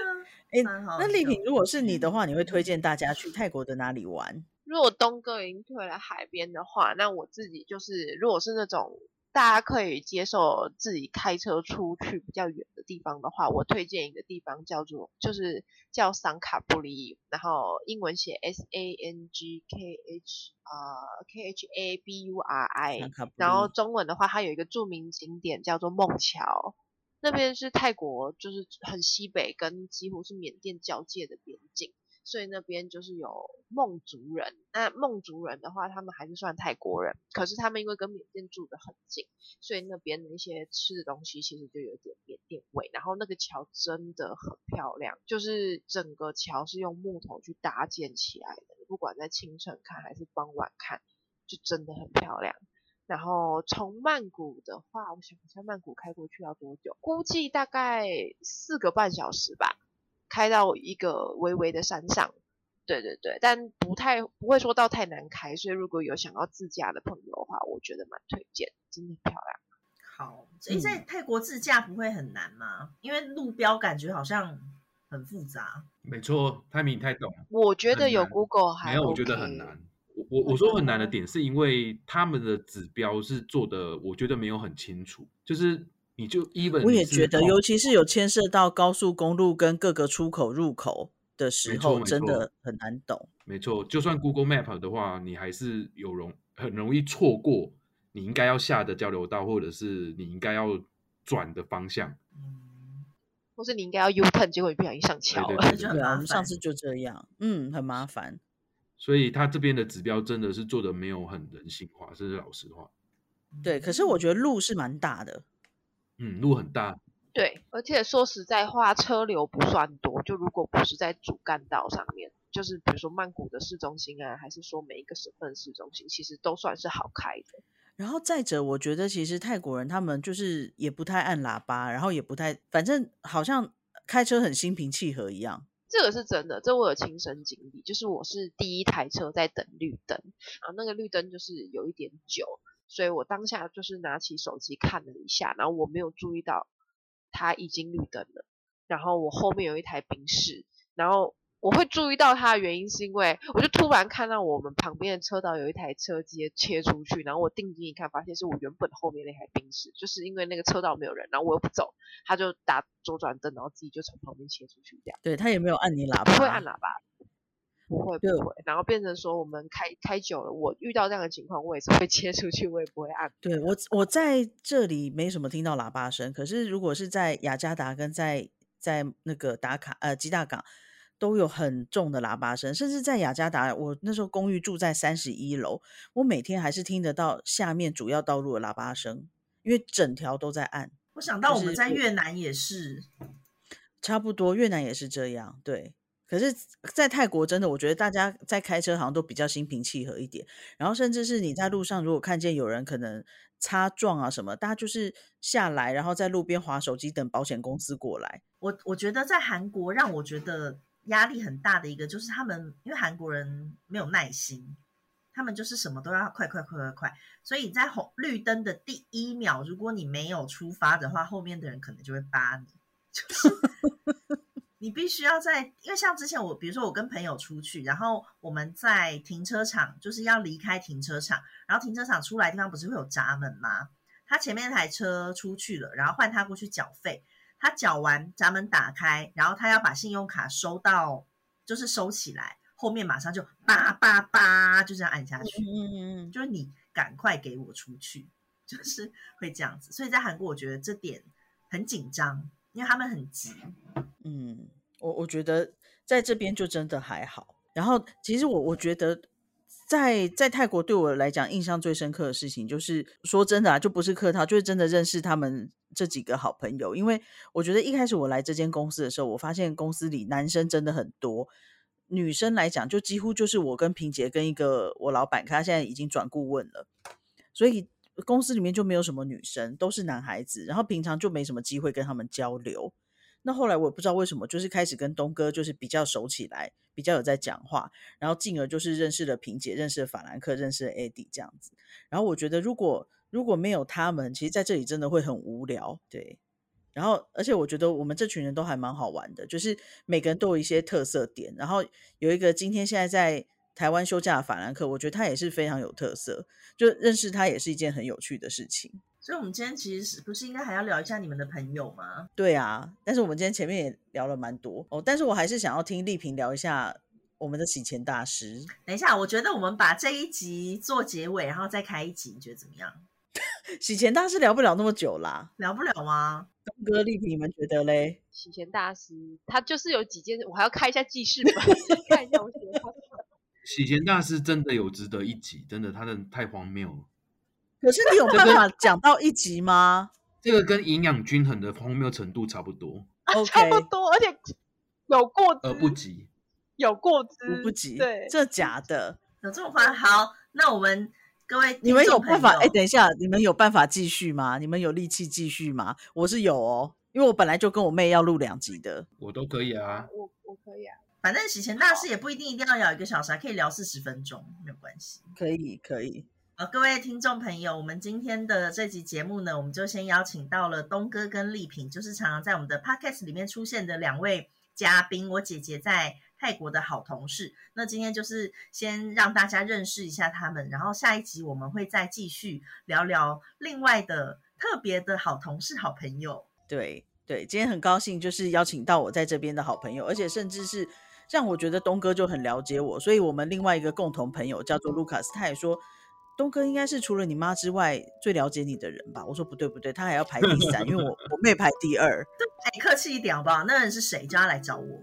Speaker 1: 哎
Speaker 2: 蛮
Speaker 4: 哦
Speaker 2: 好
Speaker 1: 那丽
Speaker 2: 笑
Speaker 1: 萍，如果是
Speaker 4: 嗯
Speaker 1: 你的话，你会推荐大家去泰国的哪里玩？
Speaker 4: 如果东哥已经退了海边的话，那我自己就是，如果是那种大家可以接受自己开车出去比较远的地方的话，我推荐一个地方叫做，就是叫桑卡布里，然后英文写 S A N G K H 啊、K H A B U R I，
Speaker 1: 兰卡布
Speaker 4: 然后
Speaker 1: 里
Speaker 4: 中文的话，它有一个著名景点叫做孟桥，那边是泰国，就是很西北跟几乎是缅甸交界的边境，所以那边就是有孟族人。那孟族人的话，他们还是算泰国人，可是他们因为跟缅甸住得很近，所以那边的一些吃的东西其实就有点缅甸味。然后那个桥真的很漂亮，就是整个桥是用木头去搭建起来的，你不管在清晨看还是傍晚看，就真的很漂亮。然后从曼谷的话，我想一下，曼谷开过去要多久？估计大概四个半小时吧，开到一个微微的山上。对对对，但不太不会说到太难开，所以如果有想要自驾的朋友的话，我觉得蛮推荐，真的很漂亮。
Speaker 2: 好，所以
Speaker 1: 嗯
Speaker 2: 在泰国自驾不会很难吗？因为路标感觉好像很复杂。
Speaker 3: 没错，泰米你太懂了。
Speaker 4: 我觉
Speaker 3: 很
Speaker 4: 得有
Speaker 3: 难
Speaker 4: Google 还、
Speaker 3: 没有，我觉得很难。。我我我说很难的点是因为他们的指标是做的，我觉得没有很清楚，就是你就 even
Speaker 1: 我
Speaker 3: 你
Speaker 1: 也
Speaker 3: 是
Speaker 1: 觉得，
Speaker 3: 哦
Speaker 1: 尤其是有牵涉到高速公路跟各个出口入口的时
Speaker 3: 没错
Speaker 1: 候，
Speaker 3: 没
Speaker 1: 真
Speaker 3: 错
Speaker 1: 的很难懂。
Speaker 3: 没错，就算 Google Map 的话，你还是有容很容易错过你应该要下的交流道，或者是你应该要转的方向。
Speaker 2: 嗯，
Speaker 4: 或是你应该要 U turn，结果你不小心上桥
Speaker 3: 对
Speaker 4: 了。
Speaker 3: 对
Speaker 2: 那就很
Speaker 1: 对啊，我
Speaker 2: 麻
Speaker 1: 们上
Speaker 2: 烦。
Speaker 1: 次就这样，嗯，很麻烦。
Speaker 3: 所以他这边的指标真的是做的没有很人性化，这是老实话。
Speaker 2: 嗯
Speaker 1: 对，可是我觉得路是蛮大的，
Speaker 3: 嗯，路很大，
Speaker 4: 对，而且说实在话，车流不算多。就如果不是在主干道上面，就是比如说曼谷的市中心啊，还是说每一个省份市中心，其实都算是好开的。
Speaker 1: 然后再者，我觉得其实泰国人他们就是也不太按喇叭，然后也不太，反正好像开车很心平气和一样。
Speaker 6: 这个是真的，这我有亲身经历，就是我是第一台车在等绿灯，然后那个绿灯就是有一点久，所以我当下就是拿起手机看了一下，然后我没有注意到它已经绿灯了，然后我后面有一台宾士，然后我会注意到它的原因是因为我就突然看到我们旁边的车道有一台车直接切出去，然后我定睛一看，发现是我原本后面那台宾士，就是因为那个车道没有人，然后我又不走，他就打左转灯，然后自己就从旁边切出去这样。
Speaker 1: 对他也没有按你喇
Speaker 6: 不
Speaker 1: 叭，
Speaker 6: 会按喇叭，不会不
Speaker 1: 啊对
Speaker 6: 会。然后变成说我们开开久了，我遇到这样的情况，我也是会切出去，我也不会按。
Speaker 1: 对我，我在这里没什么听到喇叭声，可是如果是在雅加达跟在在那个达卡呃吉大港，都有很重的喇叭声，甚至在雅加达，我那时候公寓住在三十一楼，我每天还是听得到下面主要道路的喇叭声，因为整条都在按，
Speaker 2: 我想到我
Speaker 1: 就
Speaker 2: 们
Speaker 1: 是
Speaker 2: 在
Speaker 1: 我
Speaker 2: 越南也是，
Speaker 1: 差不多越南也是这样，对。可是，在泰国真的，我觉得大家在开车好像都比较心平气和一点。然后，甚至是你在路上，如果看见有人可能擦撞啊什么，大家就是下来，然后在路边划手机等保险公司过来。
Speaker 2: 我我觉得在韩国让我觉得压力很大的一个就是他们，因为韩国人没有耐心，他们就是什么都要快快快快快，所以在红绿灯的第一秒，如果你没有出发的话，后面的人可能就会扒你，就是 你必须要在，因为像之前我，比如说我跟朋友出去，然后我们在停车场，就是要离开停车场，然后停车场出来的地方不是会有闸门吗？他前面那台车出去了，然后换他过去缴费，他缴完，闸门打开，然后他要把信用卡收到，就是收起来，后面马上就叭叭叭，就这样按下去，
Speaker 1: 嗯嗯
Speaker 2: 就是你赶快给我出去， 就是会这样子。所以在韩国，我觉得这点很紧张，因为他们很急。
Speaker 1: 嗯，我我觉得在这边就真的还好。然后，其实我我觉得在在泰国对我来讲印象最深刻的事情，就是说真的啊，就不是客套，就是真的认识他们这几个好朋友。因为我觉得一开始我来这间公司的时候，我发现公司里男生真的很多。女生来讲，就几乎就是我跟萍姐跟一个我老板，可他现在已经转顾问了，所以公司里面就没有什么女生，都是男孩子，然后平常就没什么机会跟他们交流。那后来我也不知道为什么，就是开始跟东哥就是比较熟起来，比较有在讲话，然后进而就是认识了萍姐，认识了法兰克，认识了 Eddie 这样子。然后我觉得如果如果没有他们，其实在这里真的会很无聊，对。然后，而且我觉得我们这群人都还蛮好玩的，就是每个人都有一些特色点。然后有一个今天现在在台湾休假的法兰克，我觉得他也是非常有特色，就认识他也是一件很有趣的事情。
Speaker 2: 所以，我们今天其实是不是应该还要聊一下你们的朋友吗？
Speaker 1: 对啊，但是我们今天前面也聊了蛮多哦，但是我还是想要听丽萍聊一下我们的洗钱大师。
Speaker 2: 等一下，我觉得我们把这一集做结尾，然后再开一集，你觉得怎么样？
Speaker 1: 洗钱大师聊不了那么久啦，
Speaker 2: 聊不了吗？
Speaker 1: 东哥、丽萍，你们觉得嘞？
Speaker 6: 洗钱大师他就是有几件，我还要开一下记事本， 看一下我写的。
Speaker 3: 洗钱大师真的有值得一集，真的，他真的太荒谬了。
Speaker 1: 可是你有办法讲到一集 吗
Speaker 3: 这个跟营养均衡的荒谬程度差不多，
Speaker 1: ？OK，
Speaker 6: 差不多，而且有过之
Speaker 3: 而
Speaker 2: 嗯
Speaker 3: 不及。
Speaker 6: 有过之
Speaker 1: 呃我不急，
Speaker 6: 对，
Speaker 1: 这假的，
Speaker 2: 有这么快？好，那我们各位
Speaker 1: 嗯你们
Speaker 2: 听
Speaker 1: 有
Speaker 2: 众
Speaker 1: 办
Speaker 2: 朋
Speaker 1: 法？哎，
Speaker 2: 友
Speaker 1: 等一下，你们有办法继续吗？你们有力气继续吗？我是有哦，因为我本来就跟我妹要录两集的。
Speaker 3: 我都可以啊，
Speaker 6: 我我可以啊，
Speaker 2: 反正洗钱大师也不一定一定要聊一个小时，还可以聊四十分钟，没有关系。
Speaker 1: 可以，可以，
Speaker 2: 好，呃各位听众朋友，我们今天的这集节目呢，我们就先邀请到了东哥跟丽萍，就是常常在我们的 podcast 里面出现的两位嘉宾，我姐姐在泰国的好同事。那今天就是先让大家认识一下他们，然后下一集我们会再继续聊聊另外的特别的好同事、好朋友。
Speaker 1: 对对，今天很高兴，就是邀请到我在这边的好朋友，而且甚至是让我觉得东哥就很了解我，所以我们另外一个共同朋友叫做卢卡斯，他也说。东哥应该是除了你妈之外最了解你的人吧？我说不对不对，他还要排第三，因为我我妹排第二。
Speaker 2: 哎，客气一点好不好？那人是谁？叫他来找我，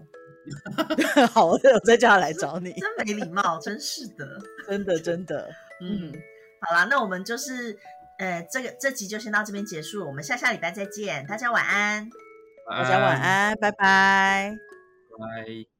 Speaker 1: 好，我再叫他来找你。
Speaker 2: 真没礼貌，真是的。
Speaker 1: 真的真的，
Speaker 2: 嗯，好啦，那我们就是，呃，这个这集就先到这边结束，我们下下礼拜再见，大家晚安。
Speaker 1: 大家晚安，拜拜。
Speaker 3: 拜拜。